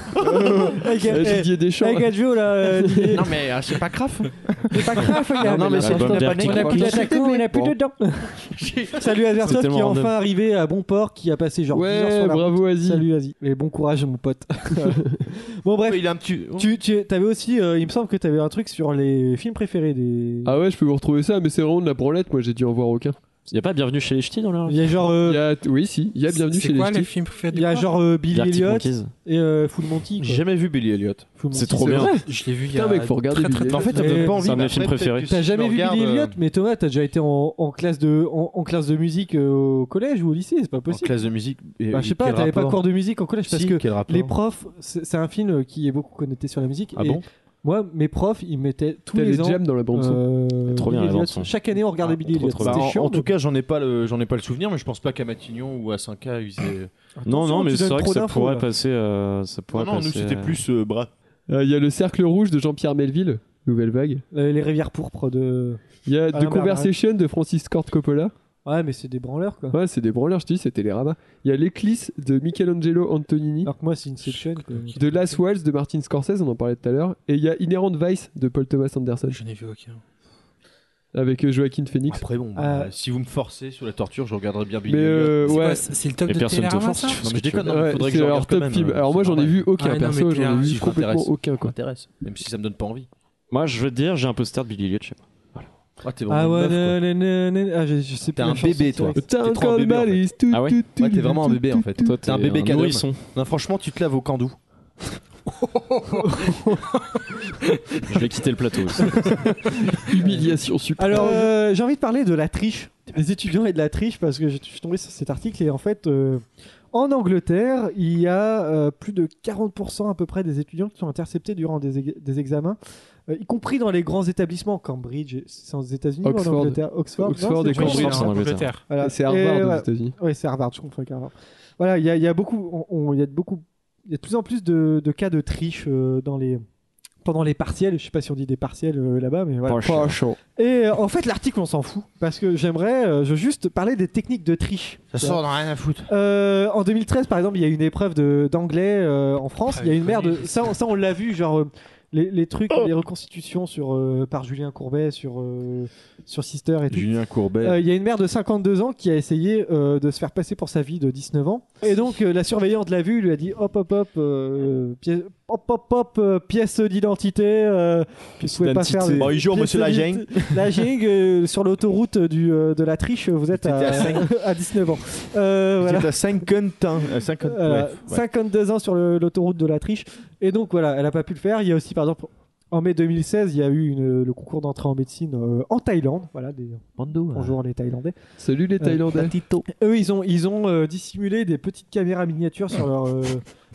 Hey, eh, gars,
euh,
hey,
Didier Deschamps.
hey, Gadjo, là, euh, Didier.
Non, mais euh, c'est pas grave.
C'est pas grave, les gars.
Non, mais c'est
euh, l'album
pas
On
d'Erkin
a plus
Bon.
d'attaquant, on a plus de dents. Salut à Versailles qui
tellement
est
random.
enfin arrivé à bon port, qui a passé genre 10 heures
Ouais,
sur la route.
bravo Asie.
Salut Asie. Mais bon courage, mon pote. bon, bref.
Il a un petit.
Tu, tu avais aussi, euh, il me semble que tu avais un truc sur les films préférés des.
Ah ouais, je peux vous retrouver ça, mais c'est vraiment de la branlette. Moi, j'ai dû en voir aucun.
Il n'y a pas Bienvenue chez les Ch'tis dans leur.
Il y a genre, euh,
Il y a- Oui, si, il y a Bienvenue
C'est
chez les
quoi le
Ch'tis.
film préféré de
il y a
quoi
genre euh, Billy
Arctic
Elliot
Monkeys.
et euh, Full Monty. quoi.
J'ai jamais vu Billy Elliot.
Full Monty.
C'est trop bien.
Je l'ai vu il y a
Putain, mec, faut regarder
très, très,
Billy
très
Elliot.
En fait, ça me
Mais-
donne pas envie.
C'est un de mes
mais
films
après,
préférés.
peut-être que
T'as
si je
jamais
le
vu
regarde,
Billy
euh,
Elliot Mais Thomas, t'as déjà été en, en classe de en, en classe de musique euh, au collège ou au lycée C'est pas
En
possible.
classe de musique. et-
Bah, je sais pas,
quel
t'avais pas
rapport
cours de musique en collège parce
Si,
que
quel rapport
les profs, c'est c'est un film qui est beaucoup connecté sur la musique.
Ah
et
bon
Moi, mes profs, ils mettaient tous
T'as
les
les
ans.
jams dans la bande son.
euh,
Trop bien,
Billy
la bande
Elliot.
son.
Chaque année, on regardait Billy
trop,
Elliot.
trop
Bah,
C'était
en,
chiant,
en
mais-
tout cas, j'en ai pas le, j'en ai pas le souvenir, mais je pense pas qu'à Matignon ou à 5K ils faisaient.
Non, non,
Attention,
mais
tu
c'est
donnes
vrai que
trop
ça
d'infos,
pourrait
là.
passer. euh, Ça pourrait
Non, non, nous
passer,
c'était
euh,
plus euh, bras.
Euh, Il y a le Cercle Rouge de Jean-Pierre Melville, nouvelle vague.
Euh, Les rivières pourpres de.
Il y a
Ah,
The
merde,
Conversation de Francis Scott Coppola.
Ouais, mais c'est des branleurs quoi.
Ouais, c'est des branleurs, je te dis, c'est Télérama. Il y a L'Éclisse de Michelangelo Antonini.
Alors que moi, c'est Inception. quoi.
De Last Waltz de Martin Scorsese, on en parlait tout à l'heure. Et il y a Inherent Vice de Paul Thomas Anderson.
Je n'ai vu aucun.
Avec euh, Joaquin Phoenix.
Après bon,
Ah.
bah, si vous me forcez sur la torture, je regarderai bien Billy
Mais
Elliot.
euh,
C'est
ouais,
quoi, c'est c'est le top
Et
de
personne te
Télérama,
force,
ça
tu fais ce
Non,
que
mais
tu veux.
déconne, non, mais
ouais,
faudrait que
c'est
je
leur
regarde quand
top
même.
film.
euh,
Alors moi,
c'est
j'en ai
normal.
vu aucun,
Ah, non,
perso,
mais
j'en ai
Claire,
vu
si je
complètement
m'intéresse.
aucun quoi.
m'intéresse, même si ça me donne pas envie.
Moi, je veux te dire, j'ai un poster de Billy Elliot chez moi.
Ah, t'es
Ah
vraiment
ouais,
une meuf,
nan, nan, nan, nan. Ah, je, je sais
T'es
plus la
un
chanson,
bébé,
c'est
toi.
vrai.
T'as
T'es trop un
encore
bébé, en
malice.
Ah ouais
quoi. Ouais, t'es vraiment un bébé en fait.
Toi,
T'es un bébé cadeau.
nourrisson.
Non, franchement, tu te laves au candou.
Je vais quitter le plateau. aussi.
Humiliation super.
Alors, euh, j'ai envie de parler de la triche, des étudiants et de la triche, parce que je je suis tombé sur cet article et en fait, euh, en Angleterre, il y a euh, plus de 40% à peu près des étudiants qui sont interceptés durant des, ex- des examens, euh, y compris dans les grands établissements, Cambridge, c'est aux États-Unis ou en
Oxford.
Angleterre Oxford, non,
Oxford
c'est
et
aux États-Unis.
Cambridge.
Oui,
Oxford,
en
en Angleterre.
Angleterre.
Voilà.
c'est
Et
Harvard aux
voilà.
États-Unis.
Ouais, c'est Harvard, je confonds avec Harvard. Voilà, il y a, il y a beaucoup, on- on- il y a de beaucoup, il y a de plus en plus de, de cas de triche euh, dans les, pendant les partiels. Je sais pas si on dit des partiels euh, là-bas, mais voilà.
Pas chaud.
Et euh, en fait, l'article, on s'en fout parce que j'aimerais, euh, je veux juste parler des techniques de triche.
Ça sort dans rien à foutre.
Euh, en 2013, par exemple, il y a une épreuve de- d'anglais euh, en France.
Ah,
Il y a
oui,
une merde.
connu.
Ça, on- ça on l'a vu, genre. euh, les, les trucs,
Oh.
les reconstitutions sur, euh, par Julien Courbet sur, euh, sur Sister et tout.
Julien Courbet.
Euh, Il y a une mère de 52 ans qui a essayé euh, de se faire passer pour sa vie de 19 ans. Et donc, euh, la surveillante l'a vue, lui a dit hop, hop, hop, euh, pièce, hop, hop, hop, euh, pièce d'identité. euh, vous pouvez pas faire le-
Bonjour,
pièce
monsieur Lageng.
d'identité- Lageng, euh, sur l'autoroute du, euh, de la triche, vous êtes à,
J'étais à cinq.
à 19 ans. Euh, voilà.
J'étais à 50 ans. À 50
Euh,
ouais, ouais.
52 ans sur le- l'autoroute de la triche. Et donc voilà, elle n'a pas pu le faire. Il y a aussi, par exemple, en mai 2016, il y a eu une- le concours d'entrée en médecine euh, en Thaïlande. Voilà, des, bonjour les Thaïlandais.
Salut les Thaïlandais.
Eux, ils ont, ils ont euh, dissimulé des petites caméras miniatures sur leur. euh,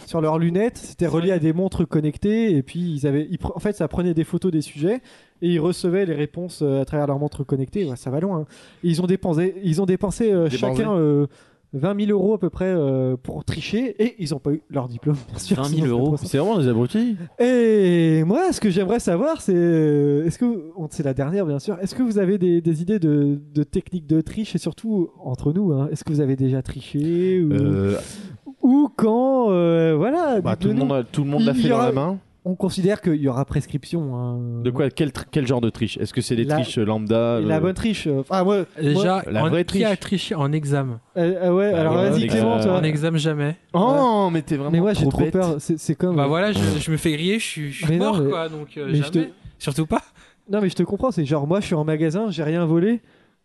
Sur leurs lunettes, c'était relié à des montres connectées, et puis ils avaient, ils pre- en fait, ça prenait des photos des sujets et ils recevaient les réponses euh, à travers leurs montres connectées. Ouais, ça va loin. hein. Et ils ont dépensé, ils ont dépensé euh,
Dépensé.
chacun euh, 20 000 euros à peu près euh, pour tricher, et ils n'ont pas eu leur diplôme. Bien sûr,
20 000
sinon, ça
euros.
passe pas.
C'est vraiment des abrutis.
Et moi, ce que j'aimerais savoir, c'est euh, est-ce que vous- c'est la dernière, bien sûr. Est-ce que vous avez des, des idées de, de techniques de triche et surtout entre nous, hein, est-ce que vous avez déjà triché ou, ou quand euh, voilà
Euh. Bah, tout le
dites-le-nous.
monde a- tout le monde l'a
Il
fait
y
dans
aura-
la main.
on considère qu'il y aura prescription hein.
De quoi quel, tr- quel genre de triche Est-ce que c'est des
La-
triches euh, lambda
la
euh,
bonne triche euh, ah moi
Déjà,
moi-
La
en-
vraie
qui a triché en examen
Euh, ah
Bah,
ouais alors
voilà,
vas-y
les
Clément
gars.
toi.
En examen, jamais.
Oh, mais t'es
mais
vraiment
moi j'ai
trop
trop
bête.
peur c'est c'est comme
Bah voilà, je, je me fais griller, je suis, je suis
Mais non,
mort,
mais-
quoi. Donc, euh,
mais je te-
jamais. Surtout pas.
Non, mais je te comprends, c'est genre moi je suis en magasin, j'ai rien volé,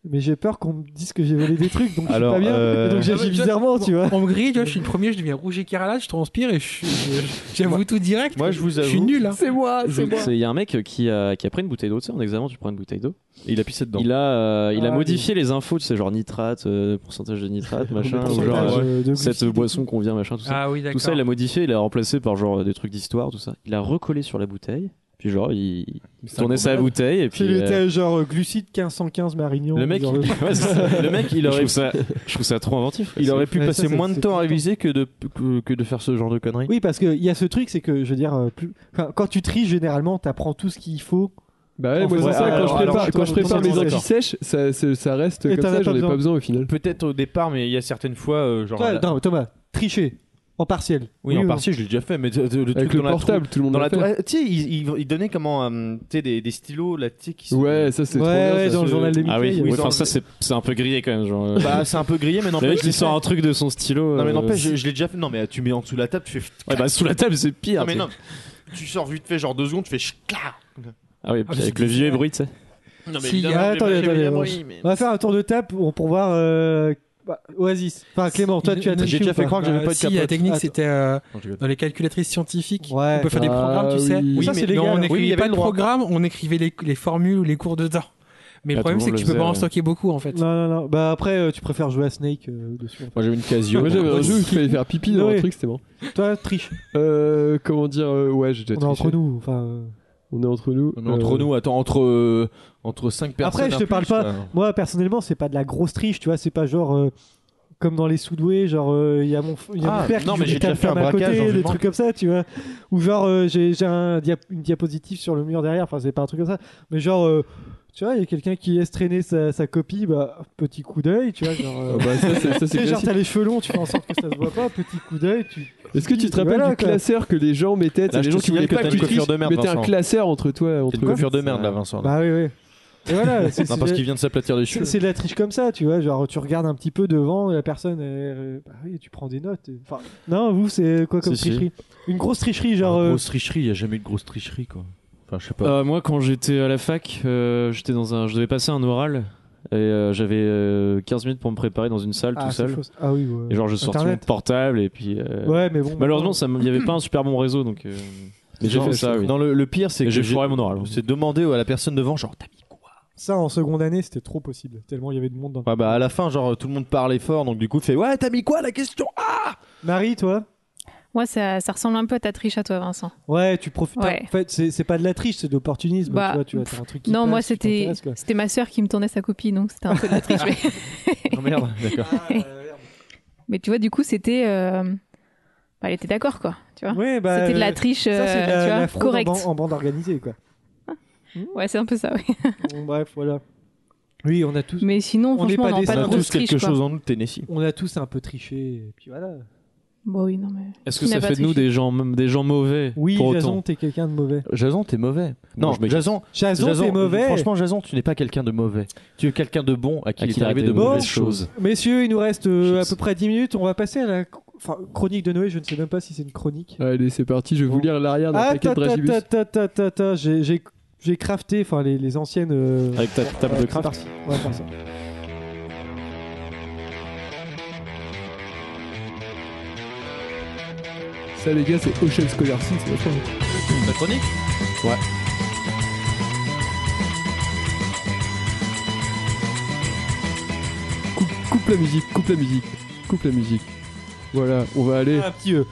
mais j'ai peur qu'on me dise que j'ai volé des trucs, donc
Alors,
je suis pas bien.
euh,
et donc
Ah ouais,
j'agis bizarrement, tu vois.
On me grille, tu vois, je suis le premier, je deviens rouge et caralate, je transpire et je suis- je- j'avoue tout direct.
Moi, je vous
suis
avoue-
nul. hein.
C'est moi,
Je- c'est- Il y a un mec qui a, qui a pris une bouteille d'eau, tu sais, en examen, tu prends une bouteille d'eau.
Il a pissé dedans.
Il a, euh, il a
Ah,
modifié les infos, tu sais, genre nitrate, euh, pourcentage de nitrate, machin, ou genre
Pourcentage,
euh,
euh, de
cette
glucides.
boisson convient, machin, tout ça.
Ah oui, d'accord.
tout ça, il l'a modifié, il l'a remplacé par genre des trucs d'histoire, tout ça. Il a recollé sur la bouteille, puis genre, il il tournait sa bouteille, et puis.
Il
euh,
était genre euh, glucide 1515 Marignan.
Le mec,
genre, euh.
il- ouais, c'est ça. le mec, il
je,
aurait,
trouve ça, je trouve ça trop inventif. quoi.
il aurait pu
Ouais, ça,
passer
c'est-
moins de
c'est
temps à
fou.
réviser que de, que, que de faire ce genre de conneries.
Oui, parce qu'il y a ce truc, c'est que je veux dire, euh, plus... enfin, quand tu tries, généralement, t'apprends tout ce qu'il faut.
Bah ouais, moi
Ouais,
c'est ça,
alors,
quand, je
alors, je
prépare,
suis
quand je
complètement
prépare mes
d'accord.
anti-sèches, ça, c'est- ça reste
Et
comme
t'en as
ça,
pas
j'en ai
besoin.
pas besoin au final.
Peut-être au départ, mais il y a certaines fois, euh, genre.
Toi,
la-
non, Thomas, tricher en partiel.
Oui, en
ou non
partie, je l'ai déjà fait, mais euh, le truc
Avec
dans
le
la trou-
portable, tout le monde
Dans
l'a
la tour,
fait.
Ah, tu sais, ils ils- ils donnaient comment, euh, tu sais, des, des stylos là, tu sais, qui se-
Ouais, ça c'est
Ouais,
trop bien,
ouais,
ça.
dans le
se-
journal des
Ah oui,
Mickey,
oui,
il y a-
enfin, ça, c'est c'est un peu grillé quand même. Genre, euh,
Bah, c'est un peu grillé, mais
le
n'empêche.
mec,
je l'ai
il sort
fait.
un truc de son stylo.
Non, mais
euh,
n'empêche, je, je l'ai déjà fait. Non, mais tu mets en dessous de la table, tu fais.
Ouais, bah, sous la table, c'est pire.
Non, mais
t'es-
non. Tu sors vite fait, genre deux secondes, tu fais. ch'cla.
Ah oui,
Ah,
puis
c'est
avec le vieux bruit, tu sais.
Non,
Si,
évidemment,
ah, attendez,
évidemment,
attendez,
oui, mais-
On va faire un tour de table pour, pour voir euh, bah, Oasis. Enfin, Clément, toi,
Il-
tu as
il-
triché.
J'ai déjà
ou
fait
pas
croire que j'avais pas de
Bah, si, la
capote.
technique,
Attends.
c'était euh,
Non, je rigole.
dans les calculatrices scientifiques.
Ouais.
On peut faire des
Ah,
programmes, tu sais.
oui.
Ça,
mais
c'est
non,
légal.
on
Oui,
n'écrivait
il y avait
pas
le
de
droit.
programme, on écrivait les, les formules ou les cours dedans. Mais le
Ah, tout le
problème, c'est
monde
que tu
le
peux pas en
faisait,
stocker beaucoup en fait.
Non, non, non. Bah après, euh, tu préfères jouer à Snake euh, dessus. en
Moi j'avais une Casio. Moi j'avais un jeu où il fallait faire pipi dans
Ouais.
un truc, c'était bon.
fait. Toi, triche.
Euh, comment dire euh, Ouais, j'ai déjà
On est entre
triché.
nous. Enfin, euh,
On est entre nous.
On est entre
euh,
nous, attends, entre, euh, entre 5 personnes.
Après, je te
un
parle
plus,
pas-
quoi.
moi personnellement, c'est pas de la grosse triche, tu vois. C'est pas genre euh, comme dans les soudoués, genre euh, il y a mon, f- il y a
Ah,
mon père
non,
qui
mais
joue
j'ai
du
déjà fait un
tam-tam à
braquage,
côté,
genre, je
des
m'en-
trucs comme ça, tu vois. Ou genre euh, j'ai j'ai un dia- une diapositive sur le mur derrière. Enfin, c'est pas un truc comme ça, mais genre. euh, tu vois, il y a quelqu'un qui laisse traîner sa, sa copie, bah, petit coup d'œil, tu vois, genre... euh,
Ah bah, ça, c'est-
tu
ça, c'est
sais, genre,
classique.
t'as les cheveux longs, tu fais en sorte que ça se voit pas, petit coup d'œil, tu...
Est-ce que tu te rappelles
Voilà,
du
quoi.
classeur que les gens mettaient
Là,
C'est
Ah, je
les
te
gens qui
signale
voulaient
que
pas
t'as
que tu
une coiffure
triches,
de merde,
mettaient un
Vincent.
classeur entre toi
T'es
entre
une
eux.
coiffure de merde, là, Vincent. là.
Bah oui, oui. Et voilà, c'est
Non,
Bah, c'est-
Ah. parce qu'il vient de s'aplatir les
c'est-
cheveux.
c'est de la triche comme ça, tu vois. Genre, tu regardes un petit peu devant, la personne, elle, euh, bah oui, tu prends des notes. et- Enfin, non, vous, c'est quoi comme
Si, si.
tricherie Une grosse tricherie, genre. euh,
Grosse tricherie, il y a jamais eu de grosse tricherie, quoi. Enfin, je sais pas.
Euh, moi, quand j'étais à la fac, euh, j'étais dans un, je devais passer un oral et euh, j'avais euh, 15 minutes pour me préparer dans une salle
ah,
tout
c'est
seul.
fausse. Ah oui, ouais.
Et genre, je sortais mon
Internet.
portable et puis. euh,
Ouais, mais bon.
Malheureusement,
maintenant,
ça me- il n'y avait pas un super bon réseau donc. euh, Mais j'ai
Non,
fait
je-
ça, oui.
Non, le, le pire, c'est
Et
que
j'ai
j'ai- hein.
foiré mon oral.
C'est demander à la personne devant, genre, t'as mis quoi
ça, en seconde année, c'était trop possible. Tellement il y avait de monde dans le.
Ouais, bah, à la fin, genre, tout le monde parlait fort, donc du coup, tu fais, ouais, t'as mis quoi la question Ah
Marie, toi
Moi, ça, ça ressemble un peu à ta triche à toi, Vincent.
Ouais, tu profites.
Ouais.
En fait, c'est c'est pas de la triche, c'est de l'opportunisme.
Bah,
tu vois, tu vois, t'as un truc qui
non,
passe,
moi,
qui
c'était
t'intéresse, quoi.
c'était ma sœur qui me tournait sa copie, donc c'était un peu de la triche. mais...
Oh, merde, d'accord.
mais tu vois, du coup, c'était. euh, bah, elle était d'accord, quoi. Tu vois
Ouais, bah,
C'était de la
euh,
triche,
Ça, c'est
euh,
de la,
tu vois,
la fraude en
correcte.
ban- en bande organisée, quoi.
Ouais, c'est un peu ça, oui.
Bon, bref, voilà. Oui, on a tous,
Mais sinon,
On n'est
franchement,
pas
on n'a
des
pas
On
de
a
grosse
tous
triche,
quelque
quoi.
chose en nous, Ah, de Tennessee.
on a tous un peu triché, et puis voilà.
Bon, Bah oui, non, mais...
Est-ce que
Qui
ça
n'a pas
fait de nous
triché
des gens, des gens mauvais
Oui,
pour
Jason,
autant
t'es quelqu'un de mauvais.
Jason, t'es mauvais.
Non,
Non,
je m'écarte.
Jason,
Jason,
Jason,
t'es mauvais.
euh, Franchement, Jason, tu n'es pas quelqu'un de mauvais. Tu es quelqu'un de bon à qui
À
il
qui
est arrivé de
des
mauvaises
mauvaises
choses.
choses.
Messieurs, il nous reste euh, à
Chips.
peu près 10 minutes. On va passer à la enfin, chronique de Noé. Je ne sais même pas si c'est une chronique.
Allez, c'est parti, je vais vous
Bon.
lire l'arrière d'un paquet de dragibus.
Ah, ta, ta, ta, ta. J'ai- J'ai j'ai crafté enfin, les, les anciennes. euh,
Ah,
Avec ta table
euh,
de
c'est
craft.
parti. On va faire ça.
Ça, les gars, c'est Ocean Scholarship, c'est vachement bien.
La chronique
Coupe, coupe la musique, coupe la musique, coupe la musique. Voilà, on va aller.
Un petit. euh,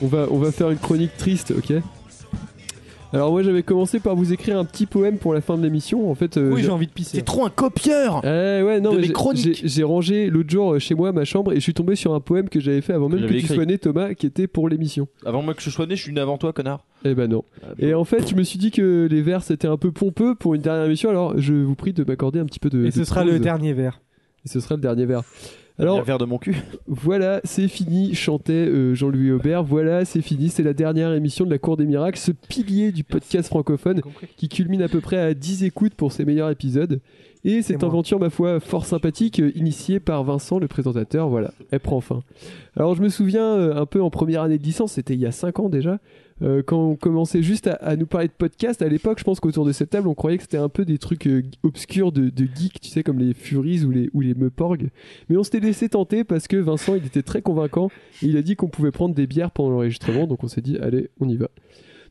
On va, on va faire une chronique triste, ok Alors moi j'avais commencé par vous écrire un petit poème pour la fin de l'émission. En fait, euh,
Oui,
j'ai-
j'ai envie de pisser.
T'es trop un copieur
Eh ouais, non,
de
mais
mes
j'ai-
chroniques.
j'ai- j'ai rangé l'autre jour euh, chez moi ma chambre et je suis tombé sur un poème que j'avais fait avant même que
j'avais
tu
écrit.
sois né Thomas qui était pour l'émission.
Avant moi que je sois né, je suis né avant toi, connard.
Eh ben non. Et en fait je me suis dit que les vers c'était un peu pompeux pour une dernière émission alors je vous prie de m'accorder un petit peu de...
hein. Et
de
ce sera
prose.
le dernier verre.
Et ce sera le dernier vers. Alors,
verre de mon cul.
Voilà, c'est fini, chantait euh, Jean-Louis Aubert. Voilà, c'est fini, c'est la dernière émission de la Cour des Miracles, ce pilier du podcast francophone qui culmine à peu près à 10 écoutes pour ses meilleurs épisodes. Et cette aventure, ma foi, fort sympathique, euh, initiée par Vincent, le présentateur, voilà, elle prend fin. Alors, je me souviens, euh, un peu en première année de licence, c'était il y a 5 ans déjà, euh, quand on commençait juste à, à nous parler de podcast, à l'époque, je pense qu'autour de cette table, on croyait que c'était un peu des trucs euh, obscurs de, de geeks, tu sais, comme les Furies ou les, ou les Meuporg. Mais on s'était laissé tenter parce que Vincent, il était très convaincant et il a dit qu'on pouvait prendre des bières pendant l'enregistrement, donc on s'est dit, allez, on y va.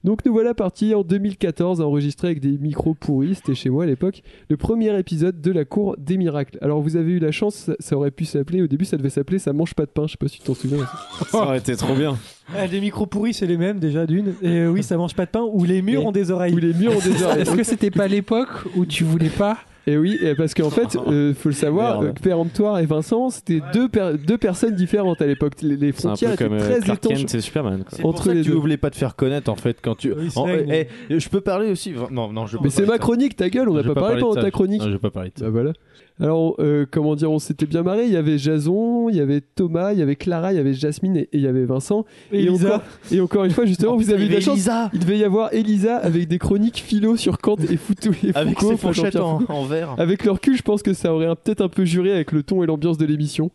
Donc nous voilà partis en 2014 à enregistrer avec des micros pourris, c'était chez moi à l'époque, le premier épisode de la cour des miracles. Alors vous avez eu la chance, ça- ça aurait pu s'appeler, au début ça devait s'appeler ça mange pas de pain, je sais pas si tu t'en souviens.
Ça aurait été trop bien.
Ah, les micros pourris, c'est les mêmes déjà d'une. Et euh, oui, ça mange pas de pain. Ou les murs ont des oreilles. Ou
les murs ont des oreilles.
Est-ce que c'était pas l'époque où tu voulais pas
Et oui, et parce qu'en fait,
Ah.
euh, faut le savoir, euh, Péremptoire et Vincent, c'était deux, per- deux personnes différentes à l'époque. Les, les
C'est un
frontières
peu
étaient
comme euh,
très
Clark
étanches.
Kent et Superman. quoi.
Entre les deux.
voulais pas te faire connaître en fait quand tu.
c'est
en-
vrai,
eh, eh, je peux parler aussi. Non, non, je. peux
Mais
pas
c'est
parler
ma
de ça.
chronique, ta gueule, on n'a
J'ai
pas,
pas
parlé
parlé de
pendant
ça,
ta
je-
chronique.
non, j'ai pas parlé de
Bah voilà. Alors, euh, comment dire, on s'était bien marré. Il y avait Jason, il y avait Thomas, il y avait Clara, il y avait Jasmine et, et il y avait Vincent.
Et Elisa.
encore, et encore une fois, justement, vous avez
il
eu
y
la
avait
chance.
Elisa.
Il devait y avoir Elisa avec des chroniques philo sur Kant et Foutou et
Avec
Foucault,
ses
enfin,
fourchettes
Jean-Pierre
en-
Foucault.
en verre.
Avec leur cul, je pense que ça aurait un- peut-être un peu juré avec le ton et l'ambiance de l'émission.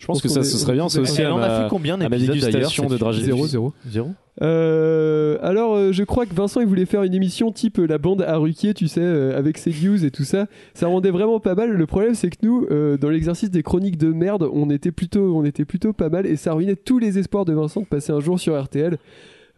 Je
pense que ça, ce serait bien, c'est aussi à
on a
ma-
fait combien
à ma
d'épisodes d'ailleurs
dégustation de
cette-
Draghi.
Zéro, zéro. Euh, alors, euh, je crois que Vincent, il voulait faire une émission type euh, la bande à Ruquier, tu sais, euh, avec ses news et tout ça. Ça rendait vraiment pas mal. Le problème, c'est que nous, euh, dans l'exercice des chroniques de merde, on était plutôt, on était plutôt pas mal et ça ruinait tous les espoirs de Vincent de passer un jour sur RTL.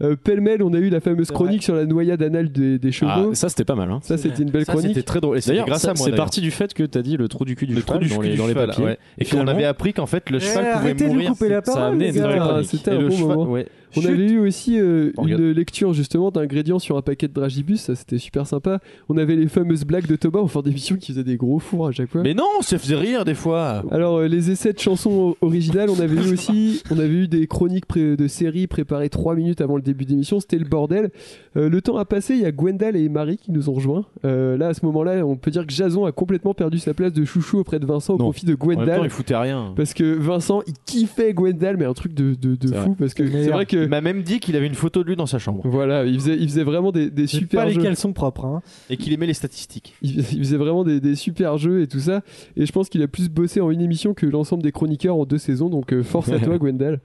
Euh, pêle-mêle, on a eu la fameuse chronique sur la noyade anale des, des
Ah,
chevaux.
ça c'était pas mal. Hein.
Ça, c'était une belle
Ça,
chronique.
c'était très drôle. Et c'était
D'ailleurs,
grâce
ça-
à moi, C'est parti du fait que t'as dit le trou du cul du cheval
trou du
dans
cul
les,
du
dans les
cheval,
papiers.
ouais. Et qu'on
finalement,
avait appris qu'en fait, le Eh, cheval pouvait arrêtez de lui mourir. couper la
Ça a
parole,
amené
les
une vraie
gars.
chronique.
Ah, C'était
Et
un
le
bon
cheval-
moment.
ouais.
On avait eu aussi euh,
On regarde.
une lecture justement d'ingrédients sur un paquet de dragibus, ça c'était super sympa. On avait les fameuses blagues de Thomas en fin d'émission qui faisaient des gros fours à chaque fois.
Mais non, ça faisait rire des fois.
Alors euh, les essais de chansons o- originales, on avait eu aussi, on avait eu des chroniques pré- de séries préparées 3 minutes avant le début d'émission, c'était le bordel. Euh, le temps a passé, il y a Gwendal et Marie qui nous ont rejoints. Euh, là à ce moment-là, on peut dire que Jason a complètement perdu sa place de chouchou auprès de Vincent au profit
En
de
même
Gwendal.
temps, il foutait rien.
Parce que Vincent, il kiffait Gwendal, mais un truc de, de, de fou. Parce que c'est vrai que
Il m'a même dit qu'il avait une photo de lui dans sa chambre.
Voilà, il faisait, il faisait vraiment des, des super
pas les
jeux.
caleçons
propres. hein.
Et qu'il aimait les statistiques.
Il, il faisait vraiment des, des super jeux et tout ça. Et je pense qu'il a plus bossé en une émission que l'ensemble des chroniqueurs en deux saisons. Donc euh, force à toi, Gwendal.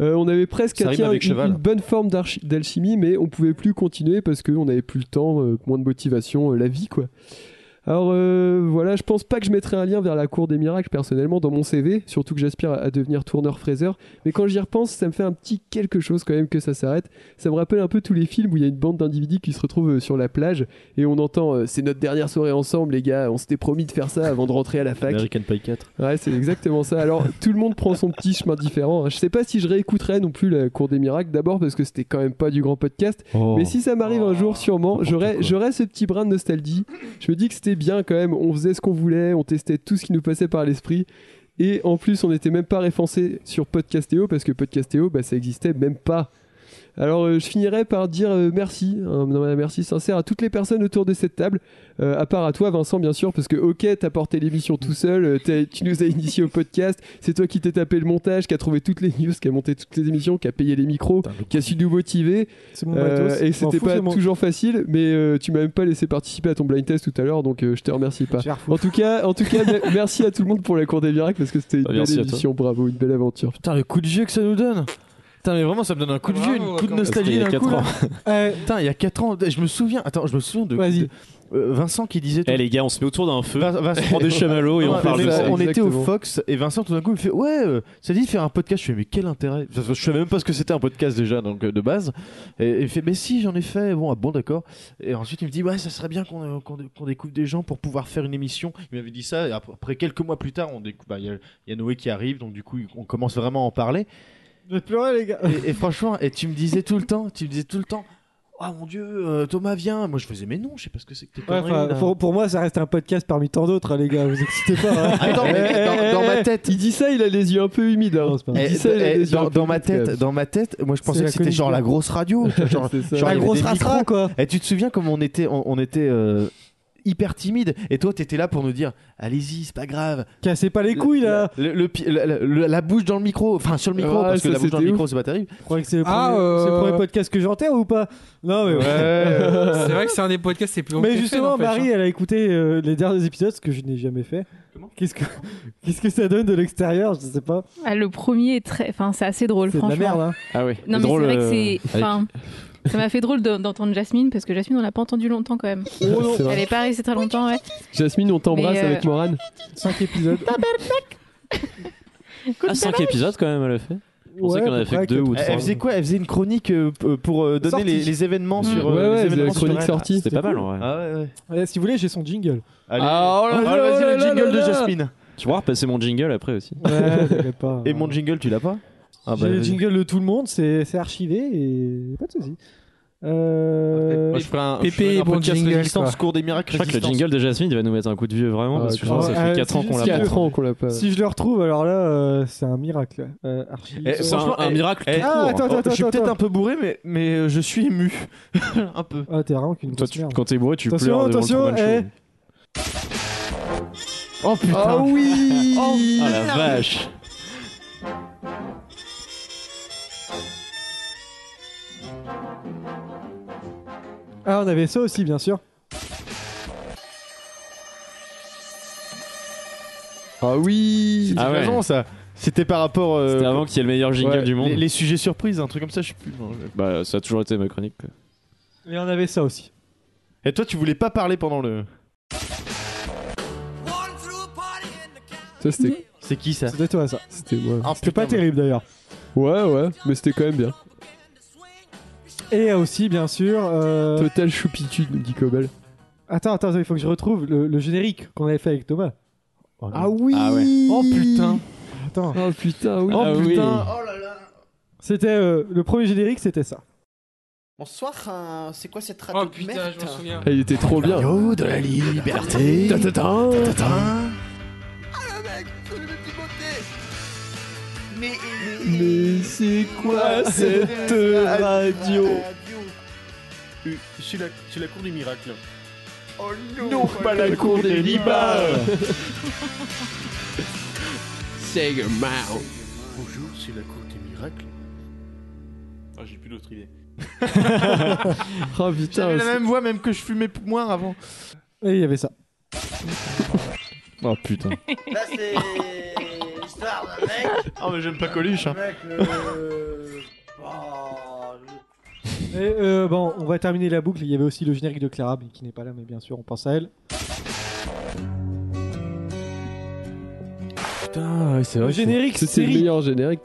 Euh, on avait presque
Ça rime
atteint
avec
une,
cheval.
une bonne forme d'archi- d'alchimie, mais on pouvait plus continuer parce qu'on n'avait plus le temps, euh, moins de motivation, euh, la vie quoi. Alors euh, voilà, je pense pas que je mettrai un lien vers la cour des miracles personnellement dans mon CV, surtout que j'aspire à- à devenir tourneur fraiseur. Mais quand j'y repense, ça me fait un petit quelque chose quand même que ça s'arrête. Ça me rappelle un peu tous les films où il y a une bande d'individus qui se retrouvent euh, sur la plage et on entend euh, c'est notre dernière soirée ensemble les gars, on s'était promis de faire ça avant de rentrer à la fac.
American Pie 4.
Ouais, c'est exactement ça. Alors, tout le monde prend son petit chemin différent. hein. Je sais pas si je réécouterai non plus la Cour des Miracles, d'abord parce que c'était quand même pas du grand podcast.
Oh.
Mais si ça m'arrive un jour, sûrement, j'aurai j'aurai ce petit brin de nostalgie. Je me dis que c'était bien quand même. On faisait ce qu'on voulait, on testait tout ce qui nous passait par l'esprit. Et en plus, on n'était même pas référencé sur Podcastéo parce que Podcastéo, bah, ça existait même pas. Alors euh, je finirai par dire euh, merci, un, un merci sincère à toutes les personnes autour de cette table, euh, à part à toi Vincent bien sûr, parce que ok t'as porté l'émission tout seul, euh, t'as- tu nous as initié au podcast, c'est toi qui t'es tapé le montage, qui a trouvé toutes les news, qui a monté toutes les émissions, qui a payé les micros, qui a su nous motiver,
mon matos.
Euh, et
M'en
c'était
fous,
pas
c'est mon-
toujours facile, mais euh, tu m'as même pas laissé participer à ton blind test tout à l'heure, donc euh, je te remercie pas. En tout cas, en tout cas me- merci à tout le monde pour la cour des miracles, parce que c'était une
Bah,
belle
merci à toi.
émission, bravo, une belle aventure.
Putain, le coup de vieux que ça nous donne. Putain, mais vraiment, ça me donne un coup de vieux, une coup de nostalgie d'un coup. là. Putain, il y a 4 ans, je me souviens. Attends, je me souviens de. de- euh, Vincent qui disait.
Eh les gars, on se met autour d'un feu,
Vin- Vincent-
on prend des chamallows et
Non,
on parle
mais
de ça.
On était au Fox et Vincent tout d'un coup il me fait ouais euh, ça dit de faire un podcast je fais mais quel intérêt Parce que je savais même pas ce que c'était un podcast déjà donc euh, de base et et il fait mais si j'en ai fait bon ah bon d'accord et ensuite il me dit ouais ça serait bien qu'on euh, qu'on qu'on découvre des gens pour pouvoir faire une émission il m'avait dit ça et après, après quelques mois plus tard on découvre bah, il y, a- il y a Noé qui arrive donc du coup on commence vraiment à en parler
de pleurer les gars
et, et franchement et tu me disais tout le temps tu me disais tout le temps ah mon dieu euh, Thomas viens moi je faisais mais non je sais pas ce que c'est que tes
Ouais,
conneries,
enfin,
là.
pour, pour moi, ça reste un podcast parmi tant d'autres, hein, les gars. Vous excitez pas. hein.
Attends, mais Ah, dans- dans ma tête-
Il dit ça, il a les yeux un peu humides. hein. Il
Eh,
dit ça, il a
eh,
les yeux un
dans,
peu
dans ma
humides, quand
tête,
même.
dans ma tête, moi je
C'est
pensais
la
que c'était genre
connifière.
la grosse radio, tu vois, genre, eh,
C'est ça.
genre,
La
il y avait
grosse
des
rastra,
micros.
quoi.
Et tu te souviens comment on était, on, on était euh, hyper timide. Et toi, t'étais là pour nous dire allez-y, c'est pas grave.
Cassez pas les couilles là
le, le pi- la- la- la- la bouche dans le micro, enfin sur le micro,
Ouais,
parce que
ça,
la bouche dans le
c'était
micro,
ouf.
c'est pas terrible.
Je crois que c'est le,
Ah,
premier-
euh,
c'est le premier podcast que j'enterre ou pas Non, mais ouais.
c'est vrai que c'est un des podcasts les plus longs
Mais
que j'ai fait,
justement,
n'empêche,
Marie,
hein.
elle a écouté euh, les derniers épisodes, ce que je n'ai jamais fait. Qu'est-ce que qu'est-ce que ça donne de l'extérieur Je sais pas.
Ah, le premier est très. Enfin, c'est assez
Oh,
drôle,
C'est de la
franchement.
merde. Hein.
Ah oui.
Non, mais c'est vrai
euh,
que c'est. Enfin, ça m'a fait drôle de- d'entendre Jasmine parce que Jasmine, on l'a pas entendu longtemps quand même.
non. C'est vrai.
Elle est pas restée très longtemps, ouais.
Jasmine, on t'embrasse
Mais, euh,
avec Morane.
5 épisodes.
Ah, 5 épisodes quand même, elle a fait. Je pensais
Ouais,
qu'on
à
avait
peu
fait que
près,
2 ou
Elle-
3.
Elle faisait quoi Elle faisait une chronique euh, p- pour euh, donner les, les
Mm.
événements sur. euh, les événements sur Rennes.
C'était pas mal en vrai.
Ah ouais, ouais.
Ouais, si vous voulez, j'ai son jingle.
Allez.
oh
Ah, vas-y, le jingle de Jasmine.
Tu vois, repasser mon jingle après aussi.
Ouais, t'inquiète pas.
Et mon jingle, tu l'as pas Ah bah,
j'ai le
vas-y.
jingle de tout le monde, c'est c'est archivé et pas de soucis. Euh...
Moi, je ferai un,
Pépé,
je ferai un
bon
podcast
jingle,
résistance,
quoi.
cours des miracles.
Je crois que le
résistance.
jingle de Jasmine il va nous mettre un coup de vieux vraiment
Ah,
parce que
grave.
genre, ça fait
Ah,
4
c'est
ans qu'on
juste
l'a
qu'il y a
pas.
quatre ans qu'on l'a pas.
Si je le retrouve, alors là, euh, c'est un miracle. Euh, archive.
Eh, franchement, eh, eh,
hein.
ah, attends, attends,
je suis
attends,
peut-être
attends.
un peu bourré, mais, mais euh, je suis ému. un peu.
Ah, t'es vraiment qu'une
Toi,
grosse
tu-
merde.
quand t'es bourré, tu
attention,
pleures devant
Attention,
le Truman Show.
eh.
Oh putain. Oh.
Ah oui
Ah la vache
Ah, on avait ça aussi, bien sûr.
Ah oui
C'était
Ah ouais.
raison, ça. C'était par rapport. euh,
C'était avant qu'il y ait le meilleur jingle
ouais,
du monde.
Les, les sujets surprises, un truc comme ça, je sais plus. non, je-
Bah, ça a toujours été ma chronique. quoi.
Mais on avait ça aussi.
Et toi, tu voulais pas parler pendant le.
Ça, c'était.
C'est qui ça
C'était toi, ça.
C'était moi.
C'était pas terrible d'ailleurs.
Ouais, ouais, mais c'était quand même bien.
Et aussi, bien sûr. euh,
Total choupitude, nous dit Cobal.
Attends, attends, il faut que je retrouve le, le générique qu'on avait fait avec Thomas.
Ah oui
Oh putain
Attends.
Oh putain, oui
Oh
Ah oui.
putain Oh là là
C'était euh, le premier générique, c'était ça.
Bonsoir, euh, c'est quoi cette radio
Oh
de
putain,
merde
je m'en souviens.
Ah, Il était trop bien.
Yo, Oh, de la liberté
Ta ta ta.
Mais,
Mais c'est quoi cette radio
Je suis la, je suis la cour du miracle.
Oh non,
Non, pas la cour des libas
C'est
Bonjour, c'est la cour des miracles. Ah, j'ai plus d'autre idée.
Oh putain,
J'avais la
c'est-
même voix, même que je fumais moins avant.
Et il y avait ça.
Oh putain.
Là, c'est l'histoire d'un mec.
Ah, mais j'aime pas Coluche.
Un
Hein.
mec, euh... oh,
Et euh, bon, on va terminer la boucle. Il y avait aussi le générique de Clara, mais qui n'est pas là, mais bien sûr, on pense à elle.
putain, Ah c'est
Le
vrai.
générique
c'est- C'est le
série.
meilleur générique.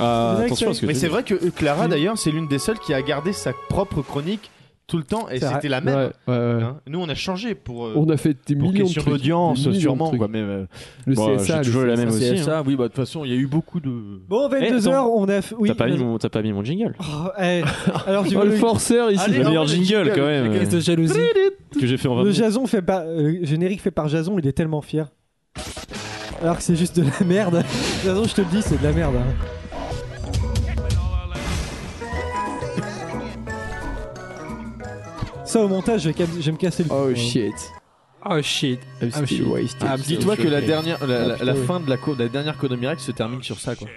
Ah,
Direct,
attention à ce que
Mais
tu
c'est
dis.
vrai que euh, Clara,
Mmh.
d'ailleurs, c'est l'une des seules qui a gardé sa propre chronique tout le temps et
C'est vrai.
c'était la
Ouais,
Ah, même.
ouais, ouais.
hein. Nous, on a changé pour. euh,
On a fait des
pour
millions de
question
trucs. Des
d'audience,
millions de
sûrement,
trucs.
quoi. Mais euh,
Le
Bon,
CSA,
j'ai toujours
le
la même aussi. hein.
CSA, oui, bah de toute façon, il y a eu beaucoup de.
Bon,
Eh,
22h, on a. f- Oui,
T'as pas, mis
vas-y.
mon- t'as pas mis mon jingle
Oh, eh, Alors, tu
Oh,
vois,
le
le,
forceur ici.
Allez,
Le
non,
meilleur
mais
jingle
le
quand
jingle,
même
Caisse de jalousie.
que j'ai fait en
le
20
Jason fait par. euh, le générique fait par Jason, il est tellement fier. Alors que c'est juste de la merde. Jason, je te le dis, c'est de la merde. hein. Ça, au montage, je vais, cam- je vais me casser le cou,
Oh
hein.
shit.
Oh shit.
I'm
Ah,
still
shit.
wasted.
Ah,
Ah, Dis-toi que la dernière, la,
Ah,
la-
putain,
la
oui.
fin de la, cour- la dernière Cour de Miracle se termine sur ça, quoi.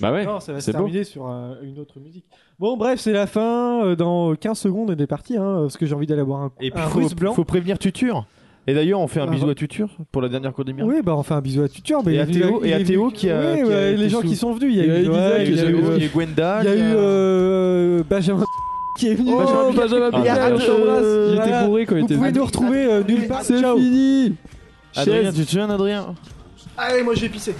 Bah ouais,
Non, ça va se
c'est beau.
terminer sur euh, une autre musique. Bon, bref, c'est la fin. Euh, Dans 15 secondes, on est parti. Hein, parce que j'ai envie d'aller boire un,
Et puis,
un
faut,
russe blanc.
faut prévenir Tuture. Et d'ailleurs, on fait un
Ah,
bisou
bah.
à Tuture pour la dernière Cour des Miracles.
Oui, bah on fait un bisou à Tutor. Mais
Et
il est
à
venu-
Théo-
il
et à
est venu-
Théo qui a-
Oui,
qui a-
ouais,
qui
les
a
gens
sous-
qui sont venus. Il y a
Il y a
eu
eu
Joël,
Isaac,
il y a
eu-
eu-
euh,
et Gwenda.
il y a eu euh, Benjamin qui est venu.
Oh,
Benjamin Picard.
bah,
Benjamin
Ah,
Picard,
merde.
je t'embrasse. Il
Voilà.
était bourré quand il
euh, Vous
était
pouvez
venu.
nous retrouver euh, nulle part.
C'est
Ciao.
fini.
Ah,
Adrien,
Chaise.
tu te souviens d'Adrien
Allez, moi j'ai pissé.